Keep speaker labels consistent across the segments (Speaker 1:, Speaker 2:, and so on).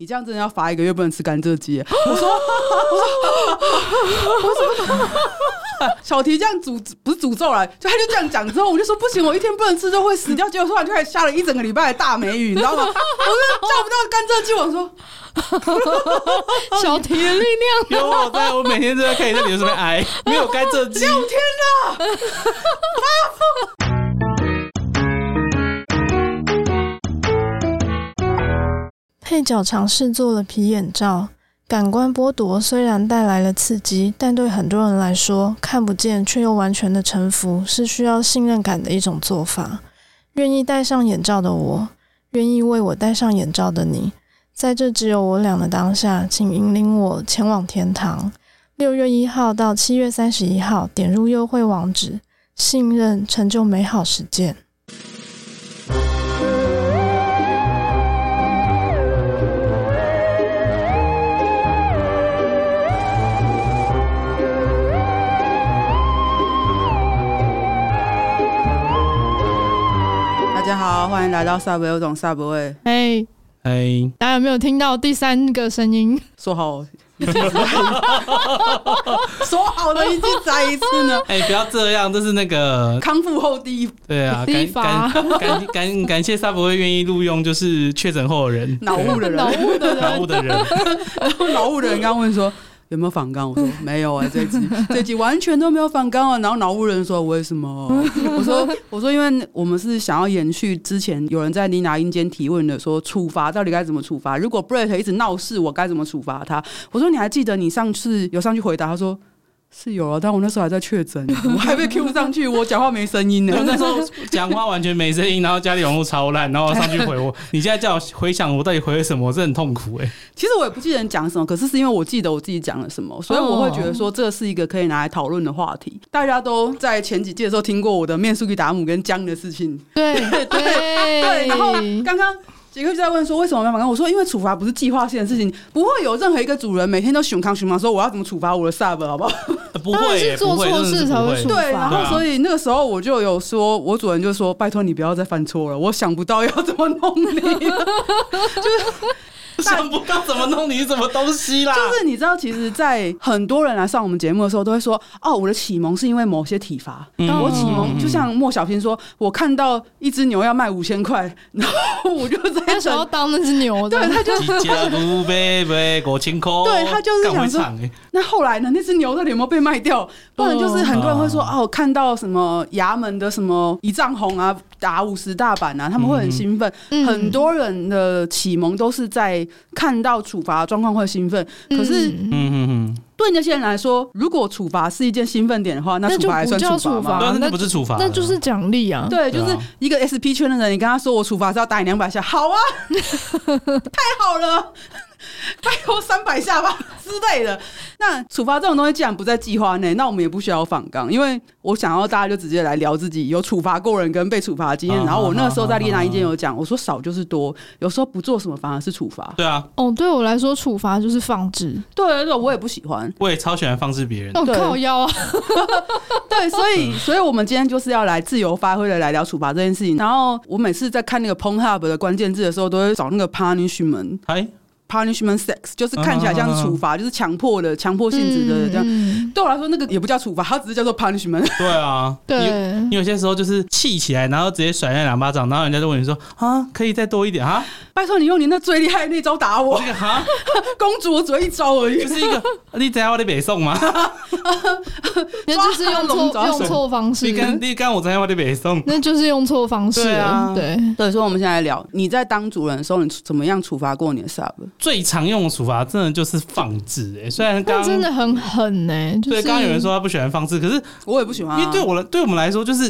Speaker 1: 你这样真的要罚一个月不能吃甘蔗鸡。”我说：“我说，我说， 小提这样诅不是诅咒了，就他就这样讲之后，我就说不行，我一天不能吃就会死掉。结果突然就开始下了一整个礼拜的大梅雨，你知道吗？我 就叫不到甘蔗鸡，我说
Speaker 2: 小提的力量，
Speaker 3: 有我在，我每天都在看你在你这边挨，没有甘蔗鸡。
Speaker 1: 六天了。
Speaker 4: 配角尝试做了皮眼罩。感官剥夺虽然带来了刺激，但对很多人来说，看不见却又完全的臣服是需要信任感的一种做法。愿意戴上眼罩的我，愿意为我戴上眼罩的你，在这只有我俩的当下，请引领我前往天堂。六月一号到七月三十一号，点入优惠网址，信任成就美好实践。
Speaker 1: 大家好，欢迎来到 Subway 有种 Subway，
Speaker 2: 哎，
Speaker 3: 哎，
Speaker 2: 大家有没有听到第三个声音？
Speaker 1: 说好。说好的一季再一次呢？
Speaker 3: 哎，不要这样，这是那个
Speaker 1: 康复后第一
Speaker 3: 对啊，
Speaker 2: 立
Speaker 3: 感
Speaker 2: 法
Speaker 3: 感感感感谢萨博会愿意录用就是确诊后的人，
Speaker 1: 脑雾的人，
Speaker 2: 脑雾的
Speaker 3: 脑雾
Speaker 2: 人，
Speaker 3: 的人，
Speaker 1: 老五的人刚问说有没有反刚，我说没有啊，这一集 这一集完全都没有反刚啊。然后老五人说为什么？我说我说因为我们是想要延续之前有人在妮娜阴间提问的说处罚到底该怎么处罚？如果 Brett 一直闹事，我该怎么处罚他？我说你还记得你上次有上去回答，他说。是有啊，但我那时候还在确诊，我还被 Q 上去，我讲话没声 音呢。
Speaker 3: 我那时候讲话完全没声音，然后家里网络超烂，然后上去回 我，你现在叫我回想我到底回了什么，我真的很痛苦哎、
Speaker 1: 其实我也不记得你讲什么，可是是因为我记得我自己讲了什么，所以我会觉得说这是一个可以拿来讨论的话题。大家都在前几届的时候听过我的面苏吉达姆跟姜的事情，
Speaker 2: 对
Speaker 1: 对，
Speaker 2: 对
Speaker 1: 然后刚刚。杰克就在问说为什么没有反抗？我说因为处罚不是计划性的事情，不会有任何一个主人每天都熊康熊康说我要怎么处罚我的 sub 好不好？
Speaker 3: 呃不
Speaker 2: 当然
Speaker 3: 会、
Speaker 2: 是
Speaker 3: 欸，
Speaker 2: 做
Speaker 3: 不会
Speaker 2: 错事才会
Speaker 3: 真的是
Speaker 2: 处
Speaker 3: 不
Speaker 2: 罚
Speaker 3: 会
Speaker 1: 对，然
Speaker 3: 对
Speaker 1: 后
Speaker 3: 啊
Speaker 1: 所以那个时候我就有说，我主人就说拜托你不要再犯错了，我想不到要怎么弄你了。
Speaker 3: 想不到怎么弄你是什么东西啦，
Speaker 1: 就是你知道，其实，在很多人来上我们节目的时候，都会说：“哦，我的启蒙是因为某些体罚。
Speaker 3: 嗯
Speaker 1: 我启蒙就像莫小平说，我看到一只牛要卖五千块，然后我就在
Speaker 2: 那时候
Speaker 1: 想，
Speaker 2: 当那只牛的
Speaker 1: 对，，他就
Speaker 3: 一家不背背五千块，
Speaker 1: 对他就是
Speaker 3: 干我
Speaker 1: 想说
Speaker 3: 唱欸
Speaker 1: 那后来呢？那只牛到底有没有被卖掉？不然就是很多人会说：“哦，看到什么衙门的什么一丈红啊，打五十大板啊，他们会很兴奋。
Speaker 2: 嗯
Speaker 1: 很多人的启蒙都是在看到处罚状况会兴奋，可是
Speaker 2: 嗯
Speaker 3: 嗯嗯
Speaker 1: 对那些人来说，如果处罚是一件兴奋点的话，那
Speaker 2: 那就
Speaker 1: 处罚还算
Speaker 2: 不叫
Speaker 1: 处罚
Speaker 2: 处
Speaker 3: 嗯，
Speaker 1: 吗？
Speaker 2: 罚
Speaker 3: 但是那
Speaker 2: 啊那
Speaker 3: 不是处罚了，
Speaker 2: 那就是奖励啊。
Speaker 1: 对，就
Speaker 3: 对
Speaker 1: 是
Speaker 3: 啊
Speaker 1: 一个 SP 圈的人，你跟他说我处罚是要打你两百下， 好啊，太好了，拜托三百下吧之类的。那处罚这种东西既然不在计划内，那我们也不需要反纲，因为我想要大家就直接来聊自己有处罚过人跟被处罚的经
Speaker 2: 嗯
Speaker 1: 验。
Speaker 3: 啊
Speaker 1: 然后我那时候在
Speaker 3: 啊
Speaker 1: 丽娜意见有讲，我说少就是多，有时候不做什么反而是处罚。
Speaker 3: 对啊，
Speaker 2: 哦，对我来说，处罚就是放置。
Speaker 1: 对对对，我也不喜欢。
Speaker 3: 我也超喜欢放置别人的。
Speaker 2: 哦，
Speaker 1: 对
Speaker 2: 靠腰啊！
Speaker 1: 对，所以所以我们今天就是要来自由发挥的来聊处罚这件事情。然后我每次在看那个 Pornhub 的关键字的时候，都会找那个 punishment
Speaker 3: 哎，
Speaker 1: punishment sex，就是看起来像是处罚，就是强迫的、强迫性质的这样。
Speaker 2: 嗯嗯
Speaker 1: 对我来说，那个也不叫处罚，它只是叫做 punishment。
Speaker 3: 对啊，你。
Speaker 2: 对
Speaker 3: 你有些时候就是气起来，然后直接甩人家两巴掌，然后人家就问你说啊，可以再多一点啊？
Speaker 1: 拜托你用你那最厉害的那招打我
Speaker 3: 这，个啊，
Speaker 1: 公主我只会一招而已
Speaker 3: 就。是一个你怎样我的北送吗？
Speaker 2: 那就是用
Speaker 1: 抓龙
Speaker 2: 错
Speaker 1: 抓手
Speaker 2: 用错方
Speaker 3: 你跟
Speaker 2: 式，
Speaker 3: 你跟我怎样我的北送？
Speaker 2: 那就是用错方式
Speaker 3: 对啊
Speaker 2: 了。对，
Speaker 1: 对，所以我们现在来聊，你在当主人的时候，你怎么样处罚过你的 sub？
Speaker 3: 最常用的处罚真的就是放置，哎，虽然刚
Speaker 2: 那哦真的很狠呢。就
Speaker 3: 对
Speaker 2: 是
Speaker 3: 刚刚有人说他不喜欢放置，可是
Speaker 1: 我也不喜欢、啊，
Speaker 3: 因为对我来，对我们来说，就是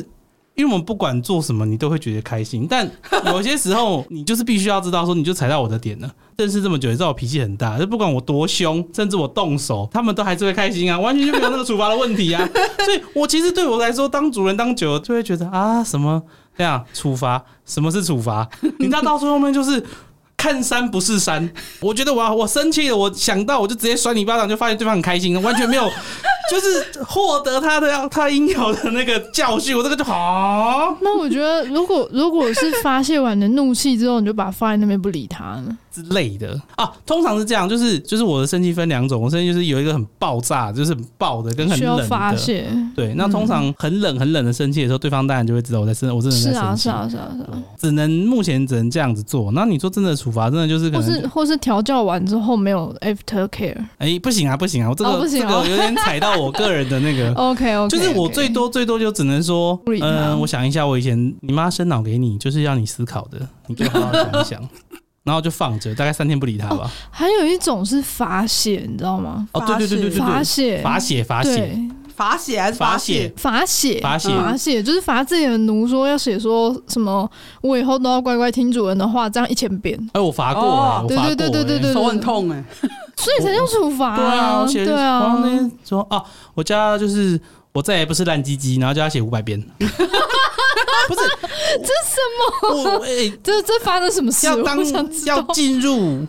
Speaker 3: 因为我们不管做什么，你都会觉得开心。但有些时候，你就是必须要知道说，你就踩到我的点了。认识这么久，也知道我脾气很大，就不管我多凶，甚至我动手，他们都还是会开心啊，完全就没有那个处罚的问题啊。所以，我其实对我来说，当主人当久了，就会觉得啊，什么这样处罚，什么是处罚？你知道到最后面就是。看山不是山，我觉得我要我生气了，我想到我就直接甩你巴掌，就发现对方很开心，完全没有 就是获得他的要他应有的那个教训，我这个就哦好
Speaker 2: 那我觉得，如果如果是发泄完你的怒气之后，你就把它放在那边不理他呢，
Speaker 3: 之类的啊。通常是这样，就是就是我的生气分两种，我生气就是有一个很爆炸，就是很爆的跟很
Speaker 2: 需要
Speaker 3: 冷
Speaker 2: 发
Speaker 3: 的。
Speaker 2: 泄。
Speaker 3: 对，那通常很冷很冷的生气的时候，对方当然就会知道我在生，我真的在
Speaker 2: 是
Speaker 3: 生气。
Speaker 2: 啊，是啊，是啊，是啊。
Speaker 3: 只能目前只能这样子做。那你说真的处罚，真的就是可
Speaker 2: 或
Speaker 3: 能
Speaker 2: 是或是调教完之后没有 after care。
Speaker 3: 哎、不行啊，不行啊，我这个、
Speaker 2: 哦不行哦。
Speaker 3: 这个有点踩到我个人的那个
Speaker 2: OK OK，
Speaker 3: 呃就是我最多最多就只能说
Speaker 2: 不理，他
Speaker 3: 嗯、我想一下，我以前你妈生脑给你，就是让你思考的，你就好好想 一想，然后就放着，大概三天不理他吧。
Speaker 2: 还有一种是发泄，你知道吗？
Speaker 3: 哦，对对对对对
Speaker 2: 发
Speaker 3: 对，
Speaker 2: 泄，
Speaker 3: 罚写罚写
Speaker 2: 对，
Speaker 1: 罚写还是
Speaker 3: 罚
Speaker 1: 写
Speaker 3: 写？
Speaker 2: 罚写，
Speaker 3: 罚写，
Speaker 1: 嗯
Speaker 2: 罚写就是罚自己的奴，说要写说什么，我以后都要乖乖听主人的话，这样一千遍，
Speaker 3: 哎，我罚过
Speaker 1: 哦
Speaker 3: 啊，我罚过，
Speaker 2: 对对对对
Speaker 3: 哎
Speaker 2: 对对
Speaker 1: 手很痛哎、
Speaker 2: 所以才叫处罚、
Speaker 3: 对啊，我写
Speaker 2: 对
Speaker 3: 然后
Speaker 2: 啊
Speaker 3: 呢，说啊，我家就是我再也不是烂鸡鸡，然后叫他写五 百遍。不是这什么？我哎、
Speaker 2: 这这发生什么事？
Speaker 3: 要当
Speaker 2: 我想知
Speaker 3: 要
Speaker 2: 道。
Speaker 3: 进入。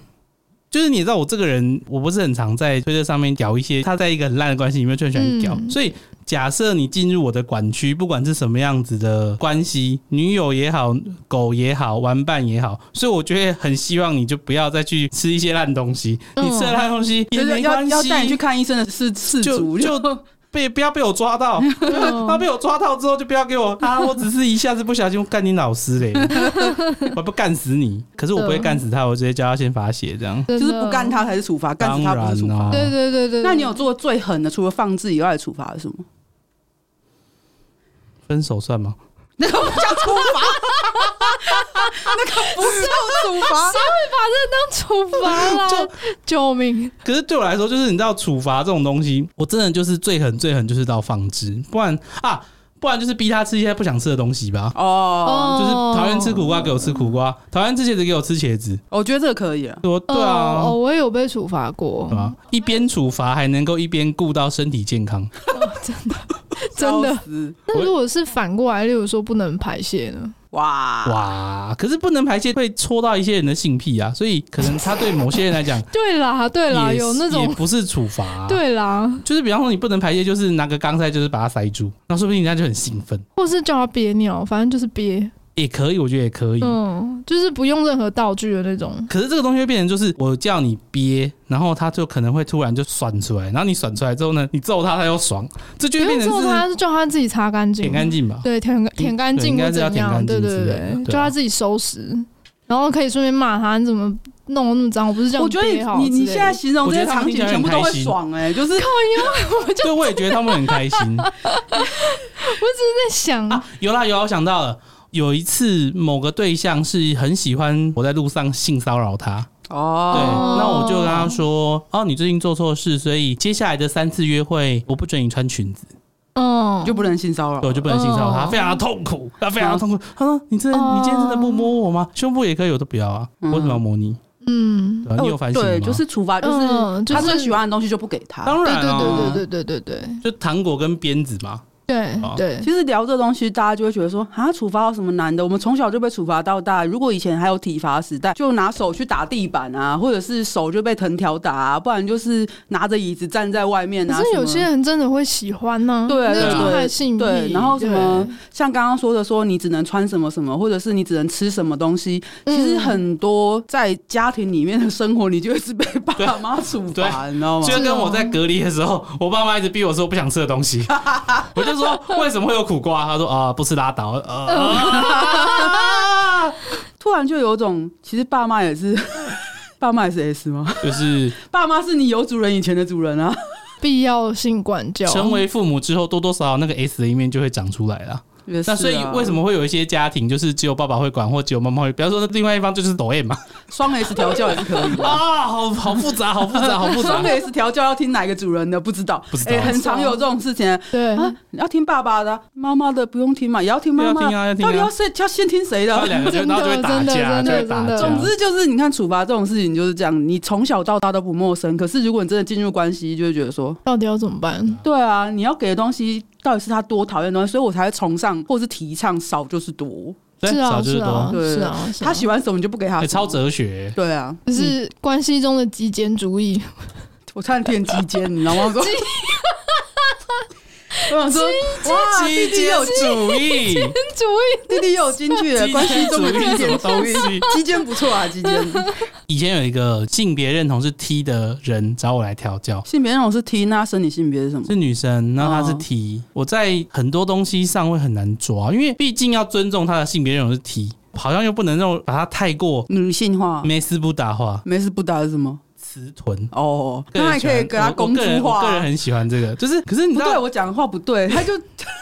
Speaker 3: 就是你知道我这个人，我不是很常在推特上面屌一些他在一个很烂的关系里面就很喜欢屌，
Speaker 2: 嗯
Speaker 3: 所以假设你进入我的管区，不管是什么样子的关系，女友也好，狗也好，玩伴也好，所以我就会很希望你就不要再去吃一些烂东西，
Speaker 2: 嗯
Speaker 3: 你吃了烂东西
Speaker 1: 就
Speaker 3: 也
Speaker 1: 是
Speaker 3: 没
Speaker 1: 要
Speaker 3: 关
Speaker 1: 嗯
Speaker 3: 系，
Speaker 1: 要带你去看医生的是是
Speaker 3: 就
Speaker 1: 主
Speaker 3: 就被不要被我抓到，
Speaker 1: 哦
Speaker 2: 嗯
Speaker 3: 他被我抓到之后就不要给 我啊！我只是一下子不小心干你老师嘞，我不干死你，可是我不会干死他，我直接叫他先罚写这样。
Speaker 2: 就
Speaker 1: 就是不干。他才是处罚，干
Speaker 3: 当
Speaker 1: 死他不
Speaker 3: 然啊
Speaker 1: 是处罚。
Speaker 3: 啦，
Speaker 2: 对对对对，
Speaker 1: 那你有做最狠的，除了放置以外的处罚是什么？
Speaker 3: 分手算吗？
Speaker 1: 那个不叫处罚， 那个不叫处 罚。
Speaker 2: 当处罚啦！救命！
Speaker 3: 可是对我来说，就是你知道处罚这种东西，我真的就是最狠最狠就是到放置，不然啊，不然就是逼他吃一些不想吃的东西吧。
Speaker 1: 哦，
Speaker 3: 就是讨厌吃苦瓜，给我吃苦瓜；讨厌吃茄子，给我吃茄子。
Speaker 1: 我觉得这个可以啊。
Speaker 3: 我对啊，
Speaker 2: 哦，我也有被处罚过
Speaker 3: 对，啊吧？一边处罚还能够一边顾到身体健康。
Speaker 2: 真的
Speaker 1: 笑死
Speaker 2: 那如果是反过来，例如说不能排泄呢？
Speaker 1: 哇哇，
Speaker 3: 哇！可是不能排泄会戳到一些人的性癖啊，所以可能他对某些人来讲也
Speaker 2: 对啦， 对
Speaker 3: 是，
Speaker 2: 啦，有那
Speaker 3: 也
Speaker 2: 种
Speaker 3: 不是处罚、啊，，
Speaker 2: 对啦，
Speaker 3: 就是比方说你不能排泄，就是拿个钢塞就是把它塞住，那说不定人家就很兴奋，
Speaker 2: 或是叫他憋尿，反正就是憋，
Speaker 3: 也可以，我觉得也可以。
Speaker 2: 嗯，就是不用任何道具的那种。
Speaker 3: 可是这个东西会变成就是我叫你憋，然后他就可能会突然就爽出来，然后你爽出来之后呢，你揍他他又爽，这就
Speaker 2: 不
Speaker 3: 会变
Speaker 2: 用
Speaker 3: 成
Speaker 2: 揍
Speaker 3: 是
Speaker 2: 他，是叫他自己擦干净，
Speaker 3: 舔干净 吧。
Speaker 2: 对，舔舔干
Speaker 3: 对
Speaker 2: 净
Speaker 3: 应该
Speaker 2: 或
Speaker 3: 是要
Speaker 2: 怎
Speaker 3: 舔
Speaker 2: 样，
Speaker 3: 干
Speaker 2: 对
Speaker 3: 净
Speaker 2: 对
Speaker 3: 之类的
Speaker 2: 对，
Speaker 3: 对啊
Speaker 2: 叫他自己收拾，然后可以顺便骂他，你怎么弄得那么脏？我不是这样
Speaker 1: 我觉得
Speaker 2: 憋好
Speaker 1: 你你你
Speaker 2: 之类的
Speaker 1: 现在形容这些场景全部都会爽哎，就是
Speaker 3: 对，我也觉得他们很开心。
Speaker 2: 在想，
Speaker 3: 啊，有啦有啦，我想到了，有一次某个对象是很喜欢我在路上性骚扰他，对，
Speaker 1: 哦，
Speaker 2: 哦
Speaker 3: 那我就跟他说，哦，你最近做错事，所以接下来的三次约会我不准你穿裙子，
Speaker 2: 嗯，
Speaker 1: 就不能性骚扰
Speaker 3: 对，我就不能性骚扰他，
Speaker 2: 哦嗯
Speaker 3: 非常的痛苦，他非常的痛苦。他说，你真的，你今天真的不摸我吗？胸部也可以，我都不要啊，我
Speaker 1: 嗯
Speaker 3: 为什么要摸你？
Speaker 2: 嗯，
Speaker 3: 对啊，你有反省吗？
Speaker 1: 哦对，就是处罚，就
Speaker 2: 嗯
Speaker 1: 是
Speaker 2: 就
Speaker 1: 他
Speaker 2: 是
Speaker 1: 最喜欢的东西就不给他。
Speaker 3: 当
Speaker 2: 对
Speaker 3: 然
Speaker 2: 对
Speaker 3: 啊，
Speaker 2: 对对对对对
Speaker 3: 就糖果跟鞭子嘛，
Speaker 2: 对
Speaker 3: 哦
Speaker 2: 对
Speaker 1: 其
Speaker 2: 对，
Speaker 1: 实聊这东西，大家就会觉得说啊，处罚有什么难的？我们从小就被处罚到大。如果以前还有体罚时代，就拿手去打地板啊，或者是手就被藤条打啊，不然就是拿着椅子站在外面
Speaker 2: 可
Speaker 1: 啊。
Speaker 2: 是
Speaker 1: 什
Speaker 2: 有
Speaker 1: 么
Speaker 2: 些人真的会喜欢呢，
Speaker 1: 对
Speaker 2: 那
Speaker 3: 对
Speaker 2: 就是
Speaker 1: 对
Speaker 2: 他的性癖
Speaker 1: 嗯对然后什么
Speaker 2: 对
Speaker 1: 像刚刚说的说你只能穿什么什么，或者是你只能吃什么东西，
Speaker 2: 嗯
Speaker 1: 其实很多在家庭里面的生活，你就一直被爸妈处罚，
Speaker 3: 对
Speaker 1: 你知 道
Speaker 2: 哦
Speaker 1: 吗？
Speaker 3: 就跟我在隔离的时候，我爸妈一直逼我说不想吃的东 西，我就说为什么会有苦瓜？他说啊、不吃拉倒。
Speaker 2: 哦
Speaker 3: 呃，
Speaker 1: 突然就有种，其实爸妈也是， 爸妈也是 S 吗？
Speaker 3: 就是
Speaker 1: 爸妈是你有主人以前的主人啊，
Speaker 2: 必要性管教，
Speaker 3: 成为父母之后，多多少少那个 S 的一面就会长出来了。
Speaker 1: 也是
Speaker 3: 那
Speaker 1: 啊
Speaker 3: 所以为什么会有一些家庭就是只有爸爸会管，或只有妈妈会？比方说，另外一方就是抖 M 嘛。
Speaker 1: 双 S 调教也是 可以的？
Speaker 3: 啊，好好复杂，好复杂， 好复杂
Speaker 1: 双。S 调教要听哪个主人的不知道，
Speaker 3: 不知道
Speaker 1: 哎、很常有这种事情啊，
Speaker 2: 对
Speaker 1: 你要听爸爸的，妈妈的不用听嘛，也要听妈妈
Speaker 3: 要
Speaker 1: 的，
Speaker 3: 听啊要听啊
Speaker 1: 到底要谁要先听谁的？
Speaker 3: 然后两个就
Speaker 2: 真的
Speaker 3: 然后就会打架，
Speaker 2: 真
Speaker 3: 就
Speaker 2: 的
Speaker 3: 会打架。
Speaker 2: 真的
Speaker 1: 总之就是，你看处罚这种事情就是这样，你从小到大都不陌生。可是如果你真的进入关系，就会觉得说，
Speaker 2: 到底要怎么办？
Speaker 1: 对啊，你要给的东西到底是他多讨厌的东西，所以我才会崇尚或是提倡少就是多。
Speaker 3: 对
Speaker 2: 是
Speaker 3: 早
Speaker 2: 啊
Speaker 3: 就是是
Speaker 2: 啊
Speaker 3: 多，
Speaker 1: 对
Speaker 2: 是啊，是啊
Speaker 1: 他喜欢什么你就不给他
Speaker 3: 哎
Speaker 1: 什么
Speaker 3: 超。哲学。
Speaker 1: 对啊，
Speaker 2: 就是关系中的极简主义，
Speaker 1: 我差点变鸡奸，你知道吗？我说我想说，哇，弟
Speaker 3: 基
Speaker 1: 弟有
Speaker 3: 建主义，
Speaker 2: 主意
Speaker 1: 弟弟有进去了，
Speaker 3: 基
Speaker 1: 关系
Speaker 3: 建
Speaker 1: 中
Speaker 3: 主
Speaker 1: 的基
Speaker 3: 义什
Speaker 1: 建
Speaker 3: 么东
Speaker 1: 主义，
Speaker 3: 西？
Speaker 1: 基建不错啊，基 建。
Speaker 3: 以前有一个性别认同是 T 的人找我来调教，
Speaker 1: 性别那种是 T，那生理性别是什么？
Speaker 3: 是女生，然后她是
Speaker 1: 哦
Speaker 3: T，、我在很多东西上会很难抓，因为毕竟要尊重她的性别认同是 T，好像又不能让把她太过
Speaker 1: 女性化，
Speaker 3: 没斯不达化，
Speaker 1: 没事不打是什么？
Speaker 3: 词臀。
Speaker 1: 哦，
Speaker 3: 个
Speaker 1: 那
Speaker 3: 人
Speaker 1: 还
Speaker 3: 喜
Speaker 1: 可
Speaker 3: 欢
Speaker 1: 以给他
Speaker 3: 我我
Speaker 1: 公
Speaker 3: 个人
Speaker 1: 主
Speaker 3: 我个人
Speaker 1: 化。
Speaker 3: 很喜欢这个，就是可是你
Speaker 1: 不
Speaker 3: 知
Speaker 1: 对，
Speaker 3: 道
Speaker 1: 我讲的话不对， 他就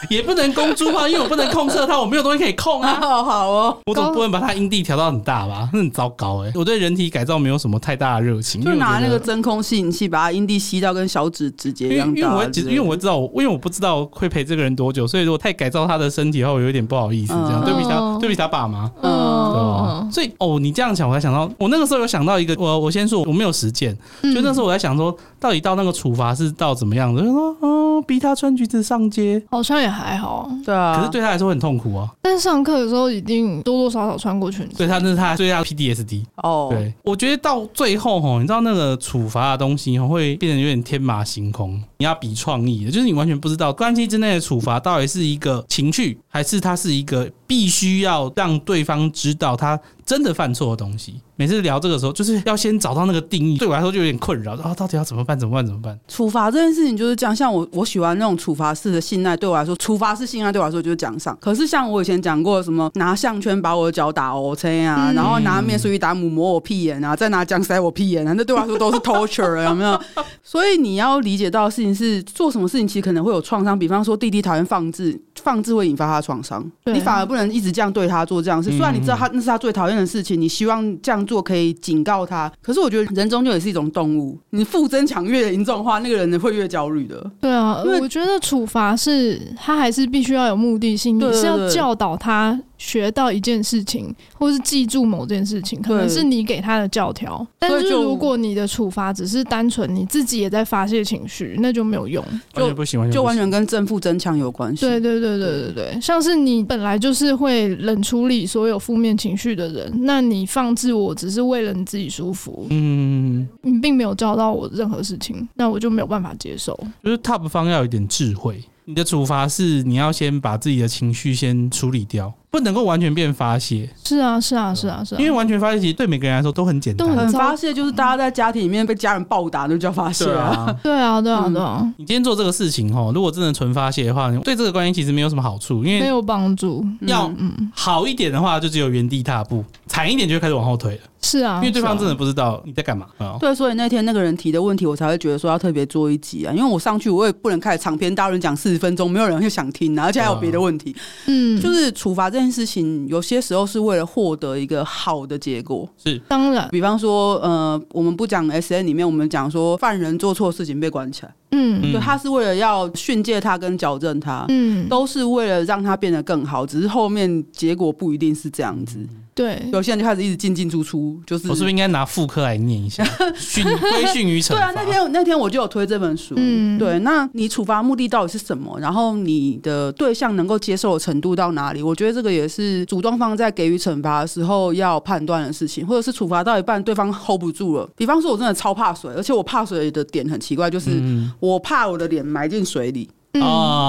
Speaker 3: 也不能公猪化，因为我不能控制它，我没有东西可以控 啊。
Speaker 1: 好好哦，
Speaker 3: 我总不能把它阴蒂调到很大吧？那很糟糕哎、我对人体改造没有什么太大的热情，
Speaker 1: 就
Speaker 3: 因为我
Speaker 1: 拿
Speaker 3: 觉
Speaker 1: 那
Speaker 3: 得
Speaker 1: 个真空吸引器把他阴蒂吸到跟小指指节
Speaker 3: 因
Speaker 1: 一
Speaker 3: 为
Speaker 1: 样
Speaker 3: 因为
Speaker 1: 大
Speaker 3: 我
Speaker 1: 啊
Speaker 3: 会
Speaker 1: 之
Speaker 3: 知
Speaker 1: 类的。
Speaker 3: 因为我知道我，因为我不知道会陪这个人多久，所以如果太改造他的身体的话，我有点不好意思，这样、
Speaker 1: 嗯
Speaker 3: 对不起
Speaker 2: 哦
Speaker 3: 他，对不起他爸妈。对吧
Speaker 2: 嗯，
Speaker 3: 所以哦，你这样想，我才想到，我那个时候有想到一个，我我先说，我没有实践，
Speaker 2: 嗯
Speaker 3: 就那时候我在想说，到底到那个处罚是到怎么样的？就说哦，逼他穿橘子上街，
Speaker 2: 好像也还好，
Speaker 1: 对啊，
Speaker 3: 可是对他来说很痛苦啊，
Speaker 2: 但是上课的时候一定多多少少穿过裙子。
Speaker 3: 对他那是他最大的 PDSD。
Speaker 1: 哦，
Speaker 3: 对，我觉得到最后吼，你知道那个处罚的东西吼会变得有点天马行空，你要比创意的，就是你完全不知道关系之内的处罚到底是一个情趣，还是它是一个必须要让对方知道他真的犯错的东西。每次聊这个时候，就是要先找到那个定义，对我来说就有点困扰，啊，到底要怎么办？怎么办？怎么办？
Speaker 1: 处罚这件事情就是这样，像我我喜欢那种处罚式的性爱，对我来说，处罚式性爱对我来说就是奖赏。可是像我以前讲过什么拿项圈把我的脚打 O C 啊，
Speaker 2: 嗯
Speaker 1: 然后拿面梳一打母磨我屁眼啊，再拿姜塞我屁眼啊，那对我来说都是 torture 了，有没有？所以你要理解到的事情是，做什么事情其实可能会有创伤，比方说弟弟讨厌放置，放置会引发他的创伤，
Speaker 2: 对
Speaker 1: 你反而不能一直这样对他做这样的事。虽然你知道他那是他最讨厌的事情，你希望这样做可以警告他，可是我觉得人终究也是一种动物，你负增强越严重的话，那个人会越焦虑的。
Speaker 2: 对啊，
Speaker 1: 因为
Speaker 2: 我觉得处罚是他还是必须要有目的性，你
Speaker 1: 对对
Speaker 2: 是要
Speaker 1: 对
Speaker 2: 教导他学到一件事情，或是记住某件事情，可能
Speaker 1: 对
Speaker 2: 是你给他的教条。但
Speaker 1: 所以
Speaker 2: 是
Speaker 1: 就
Speaker 2: 如果你的处罚只是单纯你自己也在发泄情绪，那就没有用。
Speaker 1: 就
Speaker 3: 完全不行，完全
Speaker 1: 就完
Speaker 3: 不行
Speaker 1: 全跟正负增强有关系。
Speaker 2: 对对对对对对，像是你本来就是会冷处理所有负面情绪的人，那你放置我只是为了你自己舒服，
Speaker 3: 嗯，
Speaker 2: 你并没有教到我任何事情，那我就没有办法接受。
Speaker 3: 就是 top 方要有点智慧。你的处罚是你要先把自己的情绪先处理掉，不能够完全变发泄，
Speaker 2: 是啊，是啊，是啊，是啊，
Speaker 3: 因为完全发泄其实对每个人来说都很简单，
Speaker 2: 都
Speaker 1: 很
Speaker 2: 很糟
Speaker 1: 发泄，就是大家在家庭里面被家人暴打，那就叫发泄
Speaker 3: 对
Speaker 1: 啊。
Speaker 3: 啊。
Speaker 2: 对啊，对啊，对啊。
Speaker 3: 你今天做这个事情哦，如果真的纯发泄的话，你对这个关系其实没有什么好处，因
Speaker 2: 没
Speaker 3: 为
Speaker 2: 有帮助。
Speaker 3: 要
Speaker 2: 嗯，
Speaker 3: 好一点的话，就只有原地踏步；惨一点就会开始往后退了，
Speaker 2: 是啊，
Speaker 3: 因为对方
Speaker 2: 是
Speaker 3: 真
Speaker 2: 啊
Speaker 3: 的不知道你在干嘛。哦
Speaker 1: 对，所以那天那个人提的问题，我才会觉得说要特别做一集啊，因为我上去我也不能开始长篇大论讲四十分钟，没有人会想听、啊，而且还有别的问题。
Speaker 2: 嗯，就
Speaker 1: 就是是处罚这件事情，有些时候是为了获得一个好的结果。
Speaker 3: 是
Speaker 2: 当然，
Speaker 1: 比方说，呃，我们不讲 S N 里面，我们讲说犯人做错事情被关起来，
Speaker 2: 嗯
Speaker 3: 嗯
Speaker 1: 就他是为了要训诫他跟矫正他。
Speaker 2: 嗯，
Speaker 1: 都是为了让他变得更好，只是后面结果不一定是这样子。
Speaker 2: 嗯对，
Speaker 1: 有些人就开始一直进进出出，就是
Speaker 3: 我是不是应该拿副科来 念一下？训规训于惩
Speaker 1: 对啊
Speaker 3: 罚。，
Speaker 1: 那天那天我就有推这本书，
Speaker 2: 嗯
Speaker 1: 对，那你处罚目的到底是什么？然后你的对象能够接受的程度到哪里？我觉得这个也是主动方在给予惩罚的时候要判断的事情，或者是处罚到一半对方 hold 不住了。比方说，我真的超怕水，而且我怕水的点很奇怪，就是。
Speaker 3: 嗯，
Speaker 1: 我怕我的脸埋进水里。
Speaker 2: 嗯